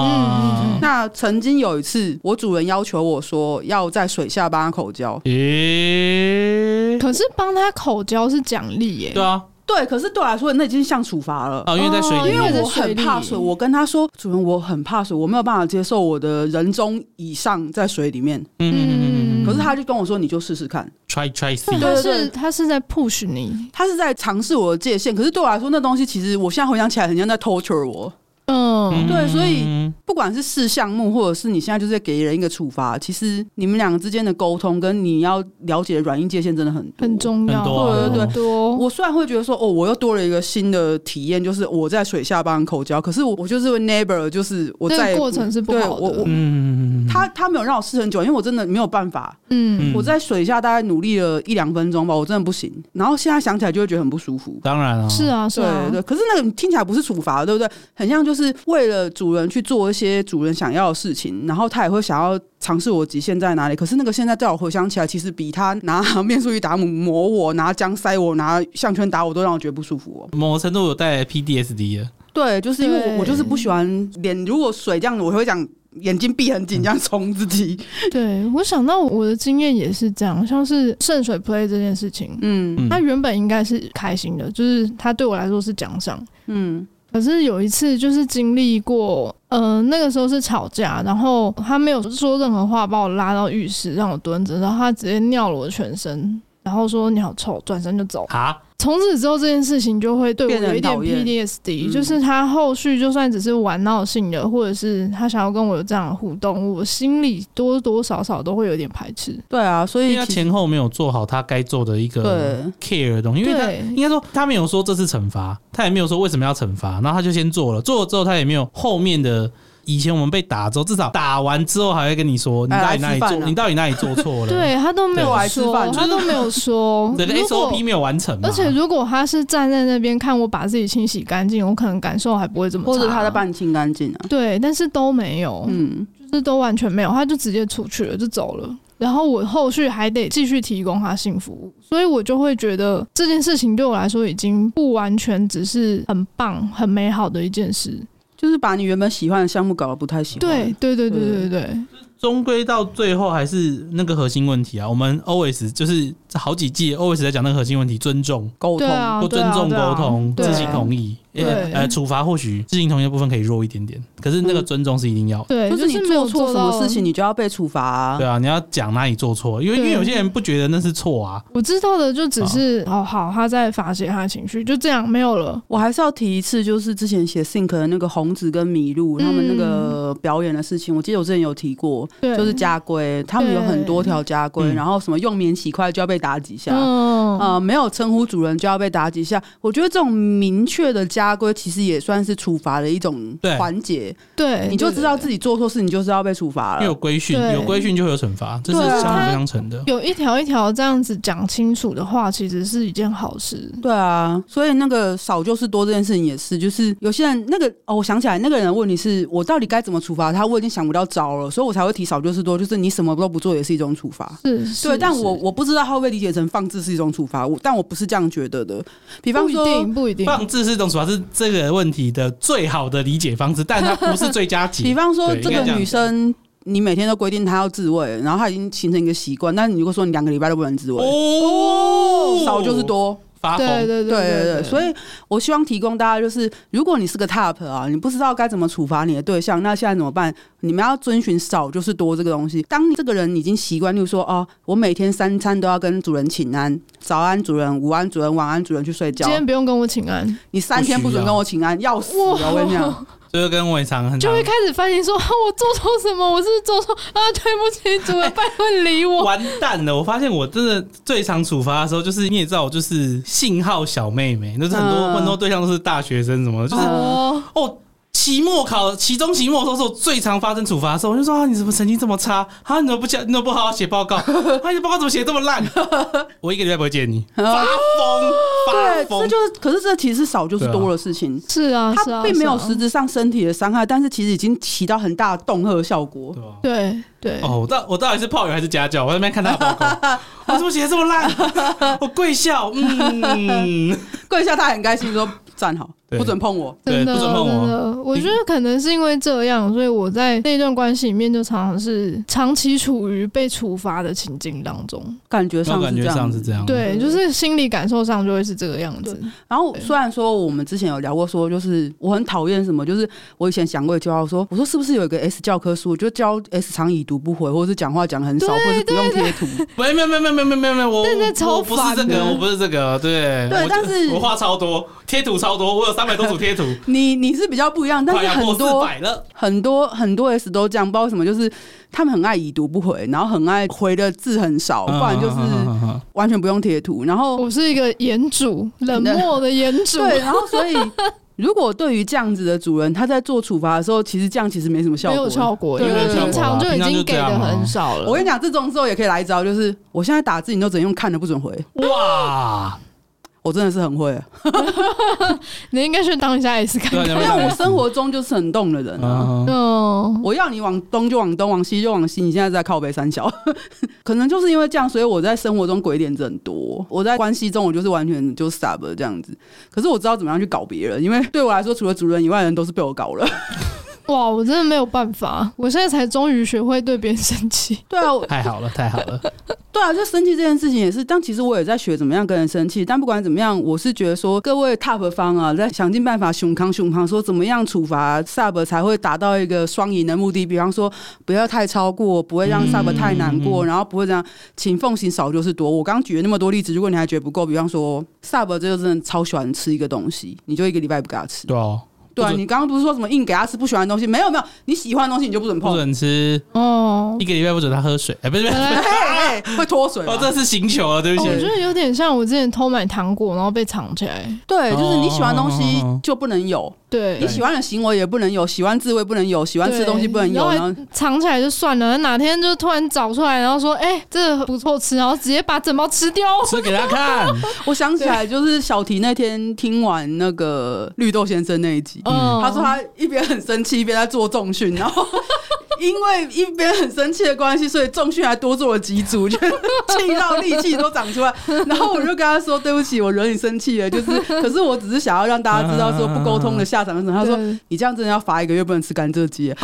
Speaker 2: 嗯
Speaker 3: 啊
Speaker 2: 嗯
Speaker 1: 那曾经有一次，我主人要求我说要在水下帮他口交，
Speaker 3: 诶、
Speaker 2: 嗯，可是帮他口交是奖励耶，
Speaker 3: 对啊，
Speaker 1: 对，可是对我来说那已经像处罚了。
Speaker 3: 啊，因为在水里
Speaker 1: 因
Speaker 2: 哦
Speaker 3: 面，
Speaker 1: 为
Speaker 2: 在
Speaker 1: 我很怕
Speaker 2: 水
Speaker 1: 水，
Speaker 2: 里
Speaker 1: 我跟他说：“主人，我很怕水，我没有办法接受我的人中以上在水里面。
Speaker 3: 嗯嗯嗯嗯嗯
Speaker 1: 可是他就跟我说：“你就试试看。
Speaker 3: ，try try see，
Speaker 2: 但
Speaker 1: 对对
Speaker 2: 他
Speaker 1: 对
Speaker 2: 是他是在 push 你”，
Speaker 1: 他是在尝试我的界限，可是对我来说，那东西其实我现在回想起来，很像在 torture 我。
Speaker 2: 嗯，
Speaker 1: 对所以
Speaker 3: 嗯
Speaker 1: 不管是试项目，或者是你现在就是在给人一个处罚，其实你们两个之间的沟通跟你要了解的软硬界限真的很多
Speaker 2: 很重要，
Speaker 3: 很多啊
Speaker 2: 对对对，多，
Speaker 1: 我虽然会觉得说，哦，我又多了一个新的体验，就是我在水下帮人口交，可是我我就是会 neighbor，就是我
Speaker 2: 这
Speaker 1: 在
Speaker 2: 个过程是不
Speaker 1: 对
Speaker 2: 好
Speaker 1: 我
Speaker 2: 的
Speaker 1: 我，
Speaker 3: 嗯嗯嗯嗯
Speaker 1: 他他没有让我试很久，因为我真的没有办法，
Speaker 2: 嗯
Speaker 3: 嗯
Speaker 1: 我在水下大概努力了一两分钟吧，我真的不行。然后现在想起来就会觉得很不舒服。
Speaker 3: 当然啊，
Speaker 2: 是啊是啊
Speaker 1: 对，对，可是那个听起来不是处罚，对不对？很像就是为了主人去做一些主人想要的事情，然后他也会想要尝试我极限在哪里。可是那个现在在我回想起来，其实比他拿 面塑一打母磨我、拿姜塞我、拿项圈打我，都让我觉得不舒服哦。
Speaker 3: 某个程度有带来 PDSD 的，
Speaker 1: 对，就是因为我我就是不
Speaker 2: 对
Speaker 1: 喜欢脸，如果水这样，我会讲眼睛闭很紧，这样冲自己。
Speaker 2: 对我想到我的经验也是这样，像是圣水 play 这件事情，
Speaker 1: 嗯
Speaker 2: 它原本应该是开心的，就是它对我来说是奖赏。
Speaker 1: 嗯
Speaker 2: 可是有一次就是经历过，呃，那个时候是吵架，然后他没有说任何话，把我拉到浴室让我蹲着，然后他直接尿了我全身，然后说你好臭，转身就走。
Speaker 3: 啊，
Speaker 2: 从此之后这件事情就会对我
Speaker 1: 变得
Speaker 2: 有一
Speaker 1: 很讨
Speaker 2: 点
Speaker 1: 厌
Speaker 2: PDSD，
Speaker 1: 嗯
Speaker 2: 就是他后续就算只是玩闹性的，或者是他想要跟我有这样的互动，我心里多多少少都会有点排斥。
Speaker 1: 对啊，所
Speaker 3: 因为
Speaker 1: 以
Speaker 3: 他
Speaker 1: 其实
Speaker 3: 前后没有做好他该做的一个
Speaker 1: 对
Speaker 3: care 的东西，因为他
Speaker 2: 对
Speaker 3: 应该说他没有说这是惩罚，他也没有说为什么要惩罚，然后他就先做了，做了之后他也没有后面的。以前我们被打之后，至少打完之后还会跟你说，你
Speaker 1: 哎
Speaker 3: 到
Speaker 1: 来
Speaker 3: 底哪里
Speaker 1: 吃饭
Speaker 3: 做，
Speaker 1: 啊
Speaker 3: 你到底哪里做错了？，
Speaker 2: 对他都没
Speaker 3: 对我。
Speaker 2: 有
Speaker 1: 来吃
Speaker 2: 说，
Speaker 1: 饭
Speaker 2: 他都没有说
Speaker 3: 整个
Speaker 2: 如果
Speaker 3: SOP 没有完成嘛。
Speaker 2: 而且如果他是站在那边看我把自己清洗干净，我可能感受还不会这么差。
Speaker 1: 或者他在把你清干净啊。
Speaker 2: 对，但是都没有，
Speaker 1: 嗯，
Speaker 2: 就是都完全没有，他就直接出去了，就走了。然后我后续还得继续提供他性服务，所以我就会觉得这件事情对我来说已经不完全只是很棒、很美好的一件事。
Speaker 1: 就是把你原本喜欢的项目搞得不太喜欢。
Speaker 2: 对，对，对，对，对，对对，
Speaker 3: 终归到最后还是那个核心问题啊，我们 always 就是这好几季 always 在讲那个核心问题，尊重。
Speaker 1: 沟
Speaker 2: 对
Speaker 1: 通。
Speaker 2: 啊，
Speaker 3: 不
Speaker 2: 对
Speaker 3: 尊
Speaker 2: 啊
Speaker 3: 重
Speaker 2: 对啊
Speaker 3: 沟通，
Speaker 2: 对
Speaker 3: 知情同意，
Speaker 2: 对
Speaker 3: 呃，呃处罚或许知情同意的部分可以弱一点点，可是那个
Speaker 1: 嗯
Speaker 3: 尊重是一定要的。
Speaker 2: 对，
Speaker 1: 就是
Speaker 2: 是
Speaker 1: 你
Speaker 2: 没有
Speaker 1: 做错什
Speaker 2: 到啊
Speaker 1: 么事情，你就要被处罚、啊。
Speaker 3: 对啊，你要讲哪里做错，因为
Speaker 2: 嗯
Speaker 3: 因
Speaker 2: 对
Speaker 3: 为有些人不觉得那是错啊，
Speaker 2: 我知道的就只是哦好，他在发泄他的情绪，就这样没有了。
Speaker 1: 我还是要提一次，就是之前写 Think 的那个红子跟麋鹿他们那个表演的事情，我记得我之前有提过，
Speaker 2: 嗯对，
Speaker 1: 就是家规，他们有很多条家规，
Speaker 3: 嗯
Speaker 1: 然后什么用免洗筷就要被打几下。
Speaker 2: 嗯
Speaker 1: 啊、没有称呼主人就要被打几下。我觉得这种明确的家规，其实也算是处罚的一种
Speaker 3: 对
Speaker 1: 环节。
Speaker 2: 哎对，
Speaker 1: 你就知道自
Speaker 2: 己
Speaker 1: 己做错事，你就是要被处罚
Speaker 3: 因为有
Speaker 1: 了。
Speaker 3: 规训，
Speaker 2: 对
Speaker 3: 有规训就会有惩罚，这是
Speaker 1: 对啊
Speaker 3: 相辅相成的。
Speaker 2: 有一条一条这样子讲清楚的话，其实是一件好事。
Speaker 1: 对啊，所以那个少就是多这件事情也是，就是有些人那个哦，我想起来那个人的问题是我到底该怎么处罚他，我已经想不到招了，所以我才会提少就是多，就是你什么都不做也是一种处罚。
Speaker 2: 是，
Speaker 1: 对，
Speaker 2: 是
Speaker 1: 但
Speaker 2: 是
Speaker 1: 我我不知道他会不会理解成放置是一种处罚，我但我不是这样觉得的。比方
Speaker 2: 不一
Speaker 1: 说，
Speaker 2: 定不一定，
Speaker 3: 放置是一种处罚，是这个问题的最好的理解方式，但它不是最 佳解。哦
Speaker 1: 比方说
Speaker 3: 对
Speaker 1: 这
Speaker 3: 应该
Speaker 1: 个
Speaker 3: 这样
Speaker 1: 女生，你每天都规定她要自慰，然后她已经形成一个习惯，但是你如果说你两个礼拜都不能自慰，
Speaker 3: 哦，
Speaker 1: 少就是多，
Speaker 3: 发疯，
Speaker 2: 对对
Speaker 1: 对对
Speaker 2: 对
Speaker 1: 对，所以我希望提供大家就是，如果你是个 top 啊，你不知道该怎么处罚你的对象，那现在怎么办？你们要遵循少就是多这个东西。当你这个人已经习惯，例如说哦，我每天三餐都要跟主人请安，早安主人，午安主人，晚安主人去睡觉
Speaker 2: 今。天不用跟我请安，
Speaker 1: 你三天不准跟我请安，要死哦！我跟你讲，
Speaker 3: 就是跟我也常很
Speaker 2: 就
Speaker 3: 常
Speaker 2: 会开始反省说啊我做错什么，我是不是做错啊，对不起， 主人，拜托你理我。
Speaker 3: 完蛋了！我发现我真的最常处罚的时候，就是你也知道，我就是信号小妹妹，就是很多、
Speaker 1: 嗯
Speaker 3: 很多对象都是大学生什么的，就是、
Speaker 1: 嗯
Speaker 2: 哦，
Speaker 3: 哦。期末考、期中、期末的时候是我最常发生处罚的时候，我就说啊，你怎么成绩这么差？啊，你怎么不讲？你怎么不好好写 报告？啊，你的报告怎么写这么烂？我一个礼拜不会见 你，发疯，发
Speaker 1: 啊哦对，这
Speaker 3: 疯，
Speaker 1: 就是，可是这其实是少就是多的事情，
Speaker 2: 是啊，是
Speaker 1: 它
Speaker 2: 啊
Speaker 1: 并没有
Speaker 2: 是啊
Speaker 1: 实质上身体的伤害，但是其实已经起到很大的恫吓的效果。
Speaker 3: 对吧？
Speaker 2: 对对
Speaker 3: 哦，我到我到底是炮友还是家教？我在那边看他的报告， 我怎么写得这么烂？我跪笑， 嗯，
Speaker 1: 跪下，他很开心说：“站好，
Speaker 3: 对
Speaker 1: 不准碰我。
Speaker 3: 对，
Speaker 2: 真的，
Speaker 3: 不准碰
Speaker 2: 真
Speaker 3: 我。
Speaker 2: 的，我觉得可能是因为这样，所以我在那段关系里面就常常是长期处于被处罚的情境当中。”
Speaker 1: 感觉
Speaker 3: 我
Speaker 1: 上
Speaker 3: 感
Speaker 1: 是这
Speaker 3: 觉上
Speaker 1: 样
Speaker 3: 是这样，
Speaker 2: 对，
Speaker 1: 嗯
Speaker 2: 就是心理感受上就会是这个样子。
Speaker 1: 然后虽然说我们之前有聊过，说就是我很讨厌什么，就是我以前想过一句话，我说我说是不是有一个 S 教科书，就教 S 常已读不回，或者是讲话讲很少，或者是不用贴图。
Speaker 3: 没没没没没没没没，我
Speaker 2: 但那超
Speaker 3: 我不是这
Speaker 2: 烦
Speaker 3: 个，
Speaker 2: 的
Speaker 3: 我不是这个，对
Speaker 1: 对
Speaker 3: 我就
Speaker 1: 但是
Speaker 3: 我话超多，贴图超多，我有三百多组贴图，
Speaker 1: 你你是比较不一样，但
Speaker 3: 快
Speaker 1: 是
Speaker 3: 要过
Speaker 1: 很
Speaker 3: 四
Speaker 1: 多
Speaker 3: 百了，
Speaker 1: 很多很多 S 都这样，不知道为什么，就是他们很爱已读不回，然后很爱回的字很少，不然就是
Speaker 3: 嗯
Speaker 1: 完全不用贴图，然后
Speaker 2: 我是一个颜主，冷漠的颜主。
Speaker 1: 对，然后所以如果对于这样子的主人，他在做处罚的时候，其实这样其实没什么效
Speaker 2: 没
Speaker 1: 果
Speaker 2: 有
Speaker 1: 的。
Speaker 2: 效果，因
Speaker 1: 对
Speaker 2: 为
Speaker 1: 对对
Speaker 2: 平常就已经给的很少
Speaker 1: 我
Speaker 2: 了
Speaker 1: 跟。你讲，这种时候也可以来一招，就是我现在打字你都只能用看的不准回，
Speaker 3: 哇，
Speaker 1: 我真的是很会啊，
Speaker 2: 你应该去当一下 S 看
Speaker 3: 对啊
Speaker 1: 因
Speaker 3: 你
Speaker 2: 看。
Speaker 3: 要
Speaker 1: 为
Speaker 3: 不要
Speaker 1: 我生活中就是很动的人啊。
Speaker 3: 嗯，
Speaker 2: 嗯，
Speaker 1: 我要你往东就往东，往西就往西。你现在在靠北三小， 可能就是因为这样，所以我在生活中鬼点子很多。我在关系中，我就是完全就 sub 这样子。可是我知道怎么样去搞别人，因为对我来说，除了主人以外的人都是被我搞了。
Speaker 2: 哇，我真的没有办法，我现在才终于学会对别人生 气。
Speaker 1: 对啊，我
Speaker 3: 太好了，太好了，
Speaker 1: 对啊，就生气这件事情也是，但其实我也在学怎么样跟人生气。但不管怎么样，我是觉得说，各位 top 方啊，在想尽办法熊康熊康，说怎么样处罚 sub 才会达到一个双赢的目的。比方说，不要太超过，不会让 sub 太难过，
Speaker 3: 嗯
Speaker 1: 然后不会这样，请奉行少就是多。我刚举了那么多例子，如果你还觉得不够，比方说 sub 这就真的超喜欢吃一个东西，你就一个礼拜不给他吃。
Speaker 3: 对哦，
Speaker 1: 对啊，
Speaker 3: 不准
Speaker 1: 你刚刚不是说什么硬给他吃不喜欢的东西？没有没有，你喜欢的东西你就不准
Speaker 3: 不
Speaker 1: 碰。
Speaker 3: 准吃，
Speaker 2: 哦
Speaker 3: 一，个礼拜不准他喝水，哎，不是，不是
Speaker 2: 原来
Speaker 1: 哎，会脱水吗。
Speaker 3: 哦，这是行球了，对不
Speaker 2: 哦
Speaker 3: 起
Speaker 2: 我，觉得有点像我之前偷买糖果，然后被藏起来。
Speaker 1: 对，就是你喜欢的东西
Speaker 3: 哦哦哦哦
Speaker 1: 就不能有。
Speaker 2: 对
Speaker 1: 你，喜欢的行为也不能有，喜欢自慰不能有，喜欢吃东西不能有，
Speaker 2: 对
Speaker 1: 然后
Speaker 2: 藏起来就算了，哪天就突然找出来，然后说：“哎、这个不错吃。”然后直接把整包吃掉。
Speaker 3: 吃给他看，
Speaker 1: 我想起来，就是小提那天听完那个绿豆先生那一集，
Speaker 2: 嗯，
Speaker 1: 他说他一边很生气，一边在做重训，然后因为一边很生气的关系，所以重训还多做了几组，就气到力气都长出来。然后我就跟他说：“对不起，我惹你生气了，就是，可是我只是想要让大家知道说不沟通的下场是什么。”他说：“
Speaker 2: 对
Speaker 1: 你这样真的要罚一个月不能吃甘蔗鸡。”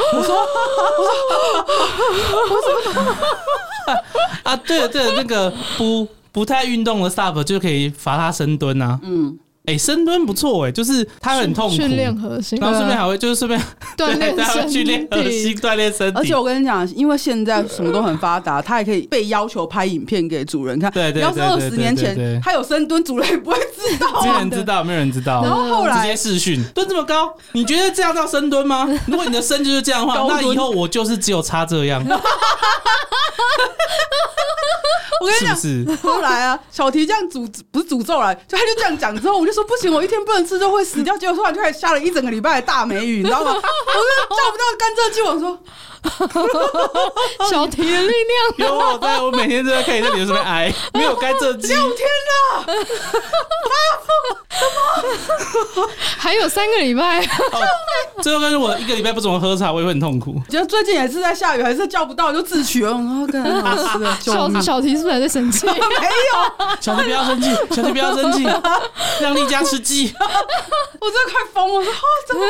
Speaker 3: 啊，对了对了，那个不不太运动的 sub 就可以罚他深蹲啊。
Speaker 1: 嗯，
Speaker 3: 哎、深蹲不错哎、就是他很痛苦，
Speaker 2: 训练核心，
Speaker 3: 然后顺便还会就是顺便
Speaker 2: 锻炼
Speaker 3: 对他
Speaker 2: 身
Speaker 3: 会
Speaker 2: 体
Speaker 3: 训练核心，锻炼身体。
Speaker 1: 而且我跟你讲，因为现在什么都很发达，他也可以被要求拍影片给主人看。
Speaker 3: 对对对
Speaker 1: 要是二十年
Speaker 3: 对对
Speaker 1: 前
Speaker 3: 对
Speaker 1: 他有深蹲，主人也不会知 道
Speaker 3: 没有
Speaker 1: 啊。
Speaker 3: 人知道，没有人知道。
Speaker 1: 然后后
Speaker 3: 直
Speaker 1: 来
Speaker 3: 接视讯蹲这么高，你觉得这样叫深蹲吗？如果你的身就是这样的话，
Speaker 1: 高
Speaker 3: 那
Speaker 1: 蹲
Speaker 3: 以后我就是只有差这 样，
Speaker 1: 我跟你
Speaker 3: 是不
Speaker 1: 讲，
Speaker 3: 是？
Speaker 1: 后来啊，小提这样诅不是诅咒来，就他就这样讲之后，我就说不行，我一天不能吃就会死掉。结果突然就开始下了一整个礼拜的大梅雨，你知道吗？我 就叫不到甘蔗鸡，我说
Speaker 2: 小体的力量。
Speaker 3: 有啊我在，我每天都在看你在脸书上面挨，没有甘蔗鸡，
Speaker 1: 六天了，
Speaker 2: 还有三个礼拜，
Speaker 3: 最后但是我一个礼拜不怎么喝茶，我也会很痛苦。
Speaker 1: 觉得最近也是在下雨，还是叫不到就自取了。我说哦干很好吃的，救
Speaker 2: 小
Speaker 1: 命！
Speaker 2: 小提是不是还在生气？
Speaker 1: 没有，
Speaker 3: 小弟不要生气，小弟不要生气，让丽佳吃鸡。
Speaker 1: 我真的快疯了。我说哦，怎么会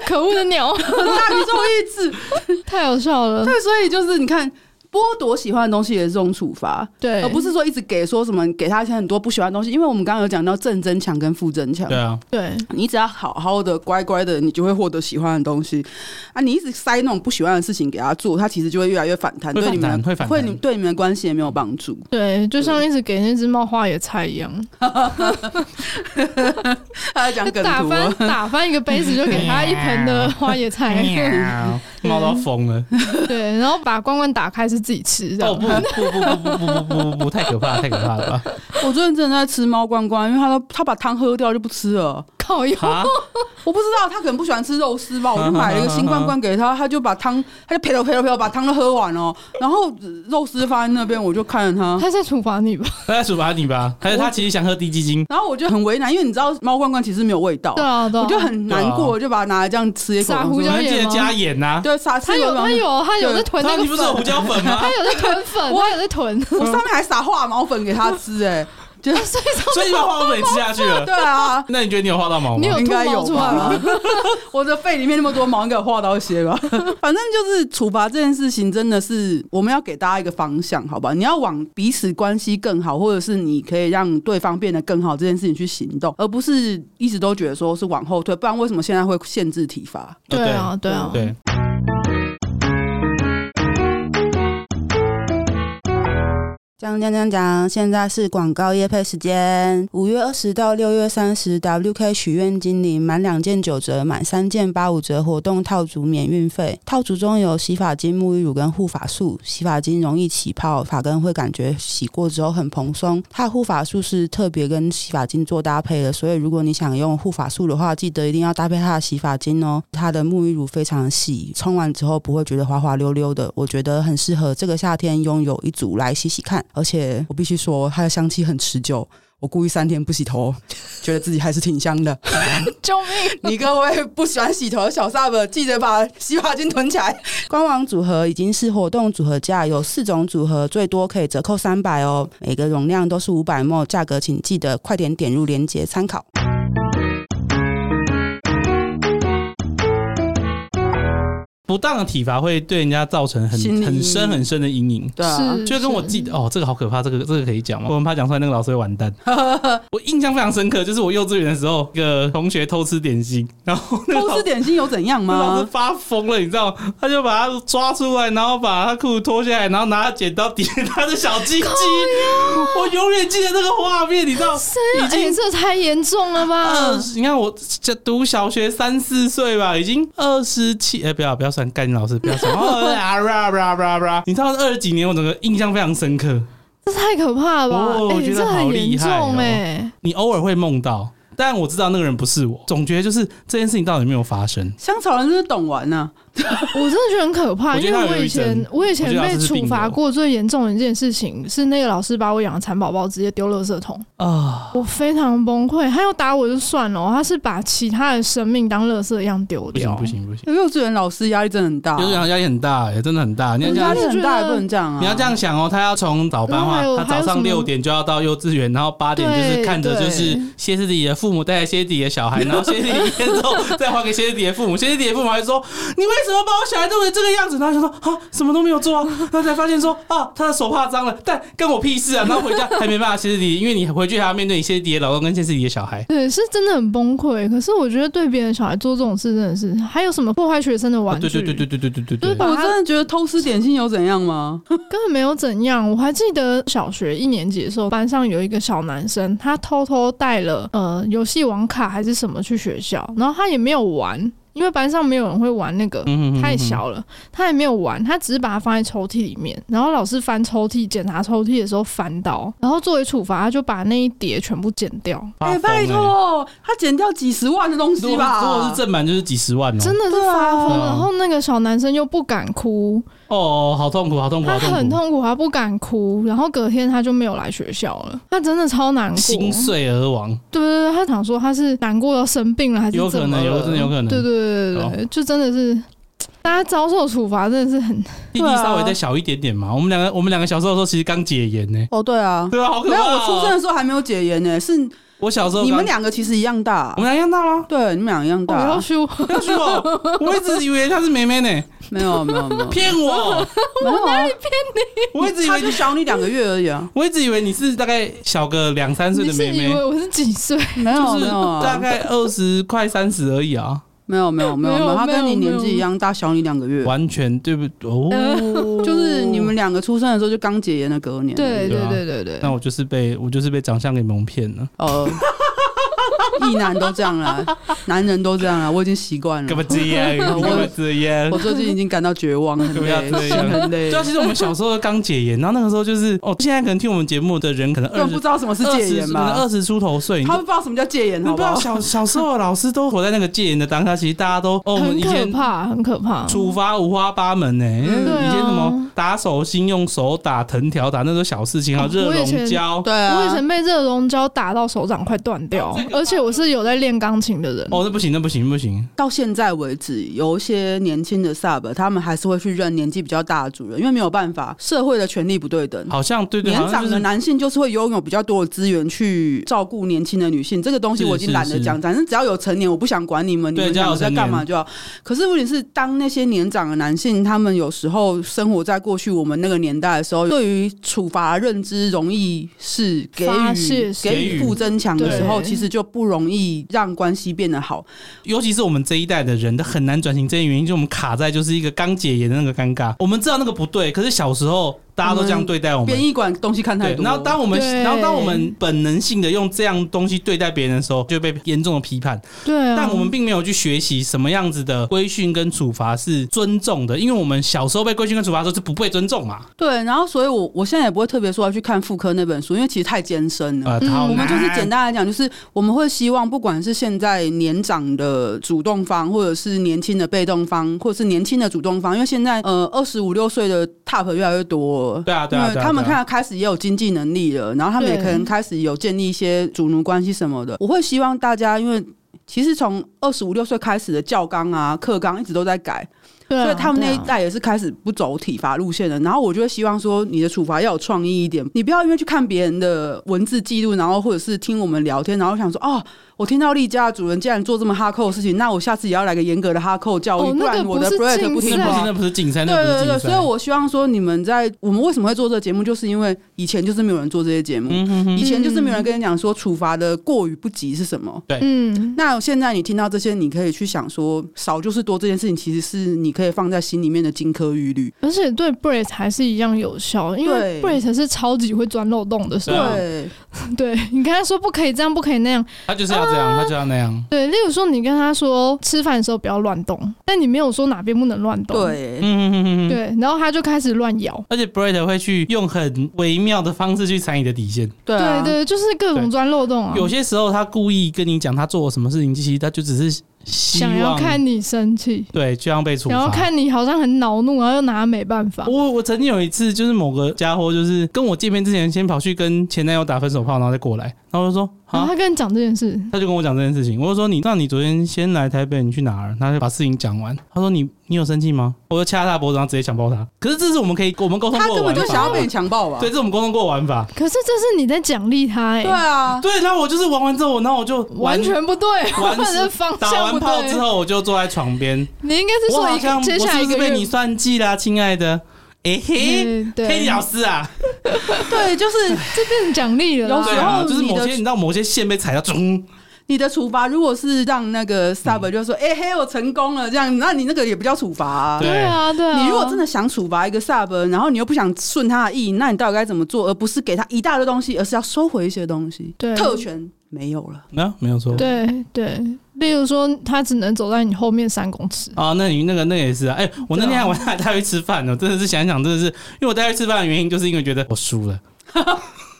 Speaker 1: 这
Speaker 2: 可恶的鸟，
Speaker 1: 样子？大宇宙意志。
Speaker 2: 太好笑了。
Speaker 1: 对，所以就是你看，剥夺喜欢的东西也是这种处罚，
Speaker 2: 对，
Speaker 1: 而不是说一直给说什么给他一些很多不喜欢的东西。因为我们刚刚有讲到正增强跟负增强
Speaker 3: 对，啊，
Speaker 2: 对，
Speaker 1: 你只要好好的、乖乖的，你就会获得喜欢的东西。啊，你一直塞那种不喜欢的事情给他做，他其实就会越来越反弹，
Speaker 3: 会
Speaker 1: 对
Speaker 3: 反
Speaker 1: 你们
Speaker 3: 弹
Speaker 1: 的
Speaker 3: 会反
Speaker 1: 会
Speaker 3: 弹
Speaker 1: 你对你们的关系也没有帮助。
Speaker 2: 对，就像一直给那只猫花野菜一样，
Speaker 1: 他在讲梗
Speaker 3: 啊
Speaker 2: 打
Speaker 1: 图哦
Speaker 2: 翻
Speaker 1: 了，
Speaker 2: 打翻一个杯子就给它一盆的花野菜，
Speaker 3: 猫到疯了。
Speaker 1: 嗯
Speaker 2: 对，然后把罐罐打开是自己吃这
Speaker 3: 哦
Speaker 2: 样。
Speaker 3: 不不不不不不不不不不，太可怕，太可怕了吧？
Speaker 1: 我最近真的在吃猫罐罐，因为他都他把汤喝掉就不吃了。
Speaker 2: 靠腰，
Speaker 3: 啊，
Speaker 1: 我不知道他可能不喜欢吃肉 丝吧，我就买了一个新罐罐给他，他就把汤，他就陪了陪了陪了把汤都喝完哦，然后呃肉丝放在那边，我就看着他。
Speaker 2: 它在处罚你吧？
Speaker 3: 那在处罚你吧，还是他其实想喝低基金？
Speaker 1: 然后我就很为难，因为你知道猫罐罐其实没有味道，
Speaker 2: 对啊，对啊，
Speaker 1: 我就很难过，我就把它拿来这样吃一口，
Speaker 2: 撒
Speaker 1: 我说
Speaker 2: 胡椒
Speaker 3: 你们记得
Speaker 2: 椒盐吗
Speaker 3: 加盐呐。
Speaker 1: 对，撒吃
Speaker 2: 他
Speaker 1: 一口
Speaker 2: 有他，有他有在囤
Speaker 3: 他
Speaker 2: 那
Speaker 3: 你
Speaker 2: 个
Speaker 3: 不是有胡
Speaker 2: 粉，
Speaker 3: 椒粉吗？
Speaker 2: 他有在囤粉，他有在囤，
Speaker 1: 我上面还撒化毛粉给他吃、哎，就
Speaker 2: 所以说
Speaker 3: 所以你把花粉也吃下去了。
Speaker 1: 对啊，
Speaker 3: 那你觉得你有画到毛
Speaker 2: 你
Speaker 3: 吗
Speaker 2: 有？
Speaker 1: 应该有
Speaker 2: 吐毛
Speaker 1: 吧
Speaker 2: 出？
Speaker 1: 我的肺里面那么多毛，应该有化到一些吧。 反正就是处罚这件事情，真的是我们要给大家一个方向，好吧？你要往彼此关系更好，或者是你可以让对方变得更好这件事情去行动，而不是一直都觉得说是往后退，不然为什么现在会限制体罚？
Speaker 2: 对啊，对啊，
Speaker 3: 对，
Speaker 5: 讲讲讲讲，现在是广告夜配时间。五月二十到六月三十，WK 许愿精灵满两件九折，满三件八五折活动套组免运费。套组中有洗发精、沐浴乳跟护发素。洗发精容易起泡，发根会感觉洗过之后很蓬松。它护发素是特别跟洗发精做搭配的，所以如果你想用护发素的话，记得一定要搭配它的洗发精哦。它的沐浴乳非常细，冲完之后不会觉得滑滑溜溜的，我觉得很适合这个夏天拥有一组来洗洗看。而且我必须说，它的香气很持久。
Speaker 1: 我故意三天不洗头，觉得自己还是挺香的。
Speaker 2: 救 命！
Speaker 1: 你各位不喜欢洗头的小 sub，记得把洗发精囤起来。
Speaker 5: 官网组合已经是活动组合价，有四种组合，最多可以折扣三百哦。每个容量都是五百 ml，价格请记得快点点入链接参考。
Speaker 3: 不当的体罚会对人家造成很
Speaker 1: 心理
Speaker 3: 很
Speaker 1: 阴
Speaker 3: 深
Speaker 1: 影
Speaker 3: 很深的阴影。
Speaker 1: 对啊，
Speaker 2: 是
Speaker 3: 就跟我记得哦，这个好可怕，这个这个可以讲吗？我很怕讲出来，那个老师会完蛋。我印象非常深刻，就是我幼稚园的时候，一个同学偷吃点心，然后那个
Speaker 1: 偷
Speaker 3: 老
Speaker 1: 吃点心有怎样
Speaker 3: 那老师
Speaker 1: 吗？
Speaker 3: 发疯了，你知道吗？他就把他抓出来，然后把他裤子脱下来，然后拿剪刀抵他的小鸡鸡。我永远记得这个画面，你知道？
Speaker 2: 谁啊？
Speaker 3: 已经
Speaker 2: 哎，这太严重了吧
Speaker 3: 二！十，你看我这读小学三四岁吧，已经二十七，哎，不要不要算，干你老师不要算，哦啊啦啦啦啦，你知道二十几年，我整个印象非常深刻。
Speaker 2: 这太可怕了吧
Speaker 3: 哦！我
Speaker 2: 哎，
Speaker 3: 觉得
Speaker 2: 这
Speaker 3: 好
Speaker 2: 很
Speaker 3: 厉
Speaker 2: 严
Speaker 3: 害哦
Speaker 2: 重哎。
Speaker 3: 你偶尔会梦到，但我知道那个人不是我，总觉得就是这件事情到底有没有发生。
Speaker 1: 香草人是不是懂玩啊呢、
Speaker 2: 我真的觉得很可怕，
Speaker 3: 我觉
Speaker 2: 因
Speaker 3: 得
Speaker 2: 为
Speaker 3: 他
Speaker 2: 我
Speaker 3: 有
Speaker 2: 以
Speaker 3: 一针
Speaker 2: 前我以
Speaker 3: 我
Speaker 2: 前
Speaker 3: 觉得他
Speaker 2: 被
Speaker 3: 是
Speaker 2: 处
Speaker 3: 病哦
Speaker 2: 罚
Speaker 3: 友
Speaker 2: 过最严重的一件事情是那个老师把我养的蚕宝宝直接丢垃圾桶啊，我非常崩溃。他要打我就算了，哦他是把其他的生命当垃圾一样丢
Speaker 3: 不行
Speaker 2: 掉，
Speaker 3: 不行不
Speaker 1: 啊？
Speaker 3: 行，
Speaker 1: 幼稚园老师压力真的很大、
Speaker 3: 就是讲压力很大、欸，真的很大。你要这
Speaker 1: 压
Speaker 3: 样
Speaker 1: 力很大也不能这样啊！
Speaker 3: 你要这样想哦，他要从早班
Speaker 2: 然
Speaker 3: 的
Speaker 2: 后还有
Speaker 3: 话，他早
Speaker 2: 还有什么
Speaker 3: 上六点就要到幼稚园，然后八点就
Speaker 2: 对
Speaker 3: 是看着
Speaker 2: 对
Speaker 3: 就是歇斯底里的父母带着歇斯底里的小孩，然后歇斯底里一天之 后再还给歇斯底里的父母，歇斯底里的父母还说你为什么把我小孩弄成这个样子？然后就说啊什么都没有做、啊，然后才发现说啊他的手帕脏了，但跟我屁事啊！然后回家还没办法歇斯底里，因为你回去还要面对你歇斯底里的老公跟歇斯底里的小孩。
Speaker 2: 对，是真的很崩溃。可是我觉得对别人小孩做这种事真的是，还有什么破坏学生的
Speaker 3: 啊
Speaker 2: 玩具？
Speaker 3: 对对对对对对对
Speaker 2: 就是
Speaker 3: 对
Speaker 2: 把
Speaker 1: 我
Speaker 3: 对。
Speaker 1: 真的觉得偷吃点心有怎样吗？
Speaker 2: 根本没有怎样。我还记得小学一年级的时候，班上有一个小男生，他偷偷带了呃游戏王卡还是什么去学校，然后他也没有玩，因为班上没有人会玩那个。
Speaker 3: 嗯
Speaker 2: 太小了，他也没有玩，他只是把它放在抽屉里面，然后老师翻抽�屉检查抽屉的时候翻到，然后作为处罚，他就把那一叠全部剪掉，
Speaker 1: 哎、拜，托，他减掉几十万的东
Speaker 3: 如果
Speaker 1: 西吧？
Speaker 3: 欸如果是正版就是几十万哦，
Speaker 2: 真的是发疯。
Speaker 3: 对啊
Speaker 2: 然后那个小男生又不敢哭，
Speaker 3: 哦，好痛苦，好痛苦，
Speaker 2: 他
Speaker 3: 好痛苦，
Speaker 2: 很痛苦，他不敢哭，然后隔天他就没有来学校了，他真的超难过，
Speaker 3: 心碎而亡。
Speaker 2: 对对对，他想说他是难过要生病了，还是
Speaker 3: 有可
Speaker 2: 怎么
Speaker 3: 能有
Speaker 2: 了
Speaker 3: 真的有可能哦
Speaker 2: 对对对对对，就真的是大家遭受处罚，真的是很
Speaker 3: 弟弟
Speaker 1: 啊
Speaker 3: 稍微再小一点点嘛。我们两个，我们两个小时候的时候，其实刚解严呢、
Speaker 1: 哦，对啊，
Speaker 3: 对啊，好可
Speaker 1: 没
Speaker 3: 怕、
Speaker 1: 有，我出生的时候还没有解严呢、是
Speaker 3: 我小时候刚
Speaker 1: 你们，啊两个其实一样大
Speaker 3: 我，们俩一样大吗？
Speaker 1: 对，你们俩一样
Speaker 2: 我
Speaker 1: 大
Speaker 3: 啊
Speaker 2: 要，修，
Speaker 3: 要去哦！我一直以为她是妹妹呢、
Speaker 1: 没有没有 没有，
Speaker 3: 骗我！
Speaker 1: 没有啊，
Speaker 3: 我一直以
Speaker 1: 他
Speaker 3: 为
Speaker 1: 就
Speaker 3: 你，
Speaker 1: 小你两个月而已啊，
Speaker 3: 我一直以为你是大概小个两三岁
Speaker 2: 你
Speaker 3: 的
Speaker 2: 是
Speaker 3: 妹
Speaker 2: 以
Speaker 3: 妹，
Speaker 2: 为我是几岁？
Speaker 1: 没有
Speaker 3: 就
Speaker 1: 没
Speaker 3: 是
Speaker 1: 有
Speaker 3: 大
Speaker 1: 啊，
Speaker 3: 概二十快三十而已啊，
Speaker 1: 没有没有没有
Speaker 2: 没有
Speaker 1: 没有，他
Speaker 2: 没有
Speaker 1: 跟你年
Speaker 2: 没有
Speaker 1: 纪一样大，小你两个月，
Speaker 3: 完全对不对？哦，
Speaker 1: 就是你们两个出生的时候就刚解严的隔年，
Speaker 2: 对
Speaker 3: 对
Speaker 2: 对
Speaker 3: 啊
Speaker 2: 对对对
Speaker 3: 那，我就是被我就是被长相给蒙骗了，
Speaker 1: 呃，异男都这样啦，男人都这样啦，我已经习惯
Speaker 3: 干
Speaker 1: 了
Speaker 3: 嘛。这 样？
Speaker 1: 我
Speaker 3: 干嘛这样
Speaker 1: 我？最近已经感到绝望， 很
Speaker 3: 不要
Speaker 1: 累，
Speaker 3: 这
Speaker 1: 心
Speaker 3: 样
Speaker 1: 很累
Speaker 3: 对，啊，其实我们小时候刚解严，然后那个时候就是哦，现在可能听我们节目的人可能
Speaker 1: 根本
Speaker 3: 二
Speaker 1: 不
Speaker 3: 十
Speaker 1: 知道什么是戒严吧？
Speaker 3: 二十出头岁，你
Speaker 1: 他
Speaker 3: 都
Speaker 1: 们不知道什么叫戒严，
Speaker 3: 你
Speaker 1: 好
Speaker 3: 不
Speaker 1: 不
Speaker 3: 知道
Speaker 1: 好？
Speaker 3: 小小时候的老师都活在那个戒严的当下，其实大家都哦，我们
Speaker 2: 很
Speaker 3: 以
Speaker 2: 可
Speaker 3: 前
Speaker 2: 怕，很可怕。
Speaker 3: 处罚五花八门呢、
Speaker 1: 嗯
Speaker 3: 嗯
Speaker 2: 对啊
Speaker 3: 以前什么打手心、用手打、藤条打，那都是小事情啊，
Speaker 2: 哦
Speaker 3: 热
Speaker 2: 我以前
Speaker 3: 熔胶。
Speaker 1: 对
Speaker 2: 我以
Speaker 1: 啊，
Speaker 2: 前被热熔胶打到手掌快断掉，而且我是有在练钢琴的人。
Speaker 3: 啊哦，那不行，那不行，不行！
Speaker 1: 到现在为止，有一些年轻的 sub，他们还是会去认年纪比较大的主人，因为没有办法，社会的权利不对等。
Speaker 3: 好像对
Speaker 1: 嗯
Speaker 3: 对，
Speaker 1: 年
Speaker 3: 好像
Speaker 1: 长
Speaker 3: 就
Speaker 1: 的
Speaker 3: 是
Speaker 1: 男性就是会拥有比较多的资源去照顾年轻的女性，这个东西
Speaker 3: 是
Speaker 1: 我已经懒得
Speaker 3: 是
Speaker 1: 讲，反正只要有成年，我不想管你们，你
Speaker 3: 对
Speaker 1: 们
Speaker 3: 只要
Speaker 1: 想
Speaker 3: 有
Speaker 1: 在
Speaker 3: 成
Speaker 1: 干嘛
Speaker 3: 年
Speaker 1: 就好。可是问题是，当那些年长的男性，他们有时候生活在过去我们那个年代的时候，对于处罚认知容易是给
Speaker 2: 发泄
Speaker 1: 予
Speaker 2: 式
Speaker 1: 给予负增强的时候，
Speaker 2: 对
Speaker 1: 其实就不容易让关系变得好。
Speaker 3: 尤其是我们这一代的人，都很难转型。这些原因，就我们卡在就是一个刚解严的那个尴尬。我们知道那个不对，可是小时候大家都这样对待我们
Speaker 1: 编，译馆东西看太
Speaker 3: 对，
Speaker 1: 多，
Speaker 3: 然后当我们
Speaker 2: 对
Speaker 3: 然后当我们本能性的用这样东西对待别人的时候，就被严重的批判。
Speaker 2: 对
Speaker 1: 嗯
Speaker 2: 啊，
Speaker 3: 但我们并没有去学习什么样子的规训跟处罚是尊重的，因为我们小时候被规训跟处罚的时候是不被尊重嘛。
Speaker 1: 对，然后所以我我现在也不会特别说要去看妇科那本书，因为其实太艰深了。
Speaker 3: 呃，
Speaker 2: 嗯
Speaker 3: 好难
Speaker 1: 我们就是简单来讲，就是我们会希望不管是现在年长的主动方，或者是年轻的被动方，或者是年轻的主动方，因为现在呃二十五六岁的 top 越来越多了，
Speaker 3: 对啊对啊
Speaker 1: 因为
Speaker 3: 对
Speaker 1: 嗯
Speaker 3: 啊
Speaker 1: 他们
Speaker 3: 对啊
Speaker 1: 看开始也有经济能力了，然后他们也可能开始有建立一些主奴关系什么的。我会希望大家，因为其实从二十五六岁开始的教纲啊、课纲一直都在改，
Speaker 2: 对啊，
Speaker 1: 所以他们那一
Speaker 2: 对啊
Speaker 1: 代也是开始不走体罚路线的。然后我就会希望说，你的处罚要有创意一点，你不要因为去看别人的文字记录，然后或者是听我们聊天，然后想说哦，我听到丽家的主人竟然做这么哈扣的事情，那我下次也要来个严格的哈扣教育，
Speaker 2: 哦
Speaker 1: 不
Speaker 2: 那
Speaker 1: 然
Speaker 2: 个
Speaker 1: 我的
Speaker 2: 不是
Speaker 1: break
Speaker 2: 竞
Speaker 1: 不听
Speaker 2: 赛
Speaker 1: 话
Speaker 3: 那。不是竞赛，那
Speaker 1: 啊对
Speaker 3: 不是
Speaker 1: 对
Speaker 3: 竞
Speaker 1: 对，
Speaker 3: 赛。
Speaker 1: 所以我希望说，你们在我们为什么会做这个节目，就是因为以前就是没有人做这些节目，
Speaker 3: 嗯哼哼，
Speaker 1: 以前就是没有人跟你讲说处罚的过于不及是什么。
Speaker 2: 嗯，
Speaker 1: 那现在你听到这些，你可以去想说，少就是多这件事情，其实是你可以放在心里面的金科玉律。
Speaker 2: 而且对 Brace 还是一样有效，因为
Speaker 1: 对
Speaker 2: Brace 是超级会钻漏洞的，是
Speaker 3: 对啊
Speaker 2: 吧？
Speaker 1: 对，
Speaker 2: 对你跟他说不可以这样，不可以那样，
Speaker 3: 他就是要这样，他就要那
Speaker 1: 啊
Speaker 3: 样。
Speaker 2: 对，例如说你跟他说吃饭的时候不要乱动，但你没有说哪边不能乱动，
Speaker 1: 对，
Speaker 3: 嗯哼哼哼哼。
Speaker 2: 对，然后他就开始乱咬，
Speaker 3: 而且 Brett 会去用很微妙的方式去踩你的底线，
Speaker 1: 对
Speaker 2: 对
Speaker 1: 啊，
Speaker 2: 对，就是各种
Speaker 3: 对
Speaker 2: 钻漏
Speaker 1: 嗯
Speaker 2: 洞啊，
Speaker 3: 有些时候他故意跟你讲他做了什么事情，其实他就只是希
Speaker 2: 想要
Speaker 3: 望
Speaker 2: 看你生气，
Speaker 3: 对，就像被处罚。
Speaker 2: 想要看你好像很恼怒，然后又拿他没办法，
Speaker 3: 我我曾经有一次，就是某个家伙，就是跟我见面之前，先跑去跟前男友打分手炮，然后再过来，然后我就说
Speaker 2: 然
Speaker 3: 啊
Speaker 2: 后，他跟你讲这件事，
Speaker 3: 他就跟我讲这件事情，我就说你，那你昨天先来台北，你去哪儿？他就把事情讲完，他说你你有生气吗？我就掐他脖子，然后直接强暴他。可是这是我们可以我们沟通
Speaker 1: 他
Speaker 3: 过的
Speaker 1: 根本
Speaker 3: 玩
Speaker 1: 就
Speaker 3: 法，
Speaker 1: 想要被你强暴吧？
Speaker 3: 对，这是我们沟通过的玩法。
Speaker 2: 可是这是你在奖励他、欸，
Speaker 1: 对啊，
Speaker 3: 对，然后我就是玩完之后，然后我就
Speaker 2: 完全不对，
Speaker 3: 完
Speaker 2: 我的方
Speaker 3: 打
Speaker 2: 向
Speaker 3: 完
Speaker 2: 不
Speaker 3: 炮之
Speaker 2: 对。
Speaker 3: 后，我就坐在床边，
Speaker 2: 你应该是
Speaker 3: 我
Speaker 2: 说
Speaker 3: 好
Speaker 2: 一个
Speaker 3: 像我
Speaker 2: 接下来
Speaker 3: 是
Speaker 2: 一
Speaker 3: 不
Speaker 2: 个
Speaker 3: 是被
Speaker 2: 月
Speaker 3: 你算计啦，亲爱的，诶嘿，
Speaker 2: 嗯对，
Speaker 3: 嘿，你老师啊。
Speaker 1: 对，就是
Speaker 2: 这变成奖励了啦。
Speaker 1: 有时
Speaker 3: 对
Speaker 1: 候
Speaker 3: 啊，就是
Speaker 1: 你
Speaker 3: 某
Speaker 1: 的
Speaker 3: 些你知道某些线被踩到，中，
Speaker 1: 你的处罚，如果是让那个
Speaker 3: 嗯
Speaker 1: sub 就说，哎嘿，我成功了这样，那你那个也不叫处罚啊。
Speaker 3: 对
Speaker 2: 对啊，对啊。
Speaker 1: 你如果真的想处罚一个 sub，然后你又不想顺他的意，那你到底该怎么做？而不是给他一大堆东西，而是要收回一些东西。
Speaker 2: 对
Speaker 1: 特权没有了。
Speaker 3: 那、啊没有错。
Speaker 2: 对对，例如说他只能走在你后面三公尺，
Speaker 3: 啊，那你那个那个也是啊，哎、我那
Speaker 2: 对啊
Speaker 3: 天还晚上还带他去吃饭呢，真的是想一想，真的是，因为我带他去吃饭的原因，就是因为觉得我输了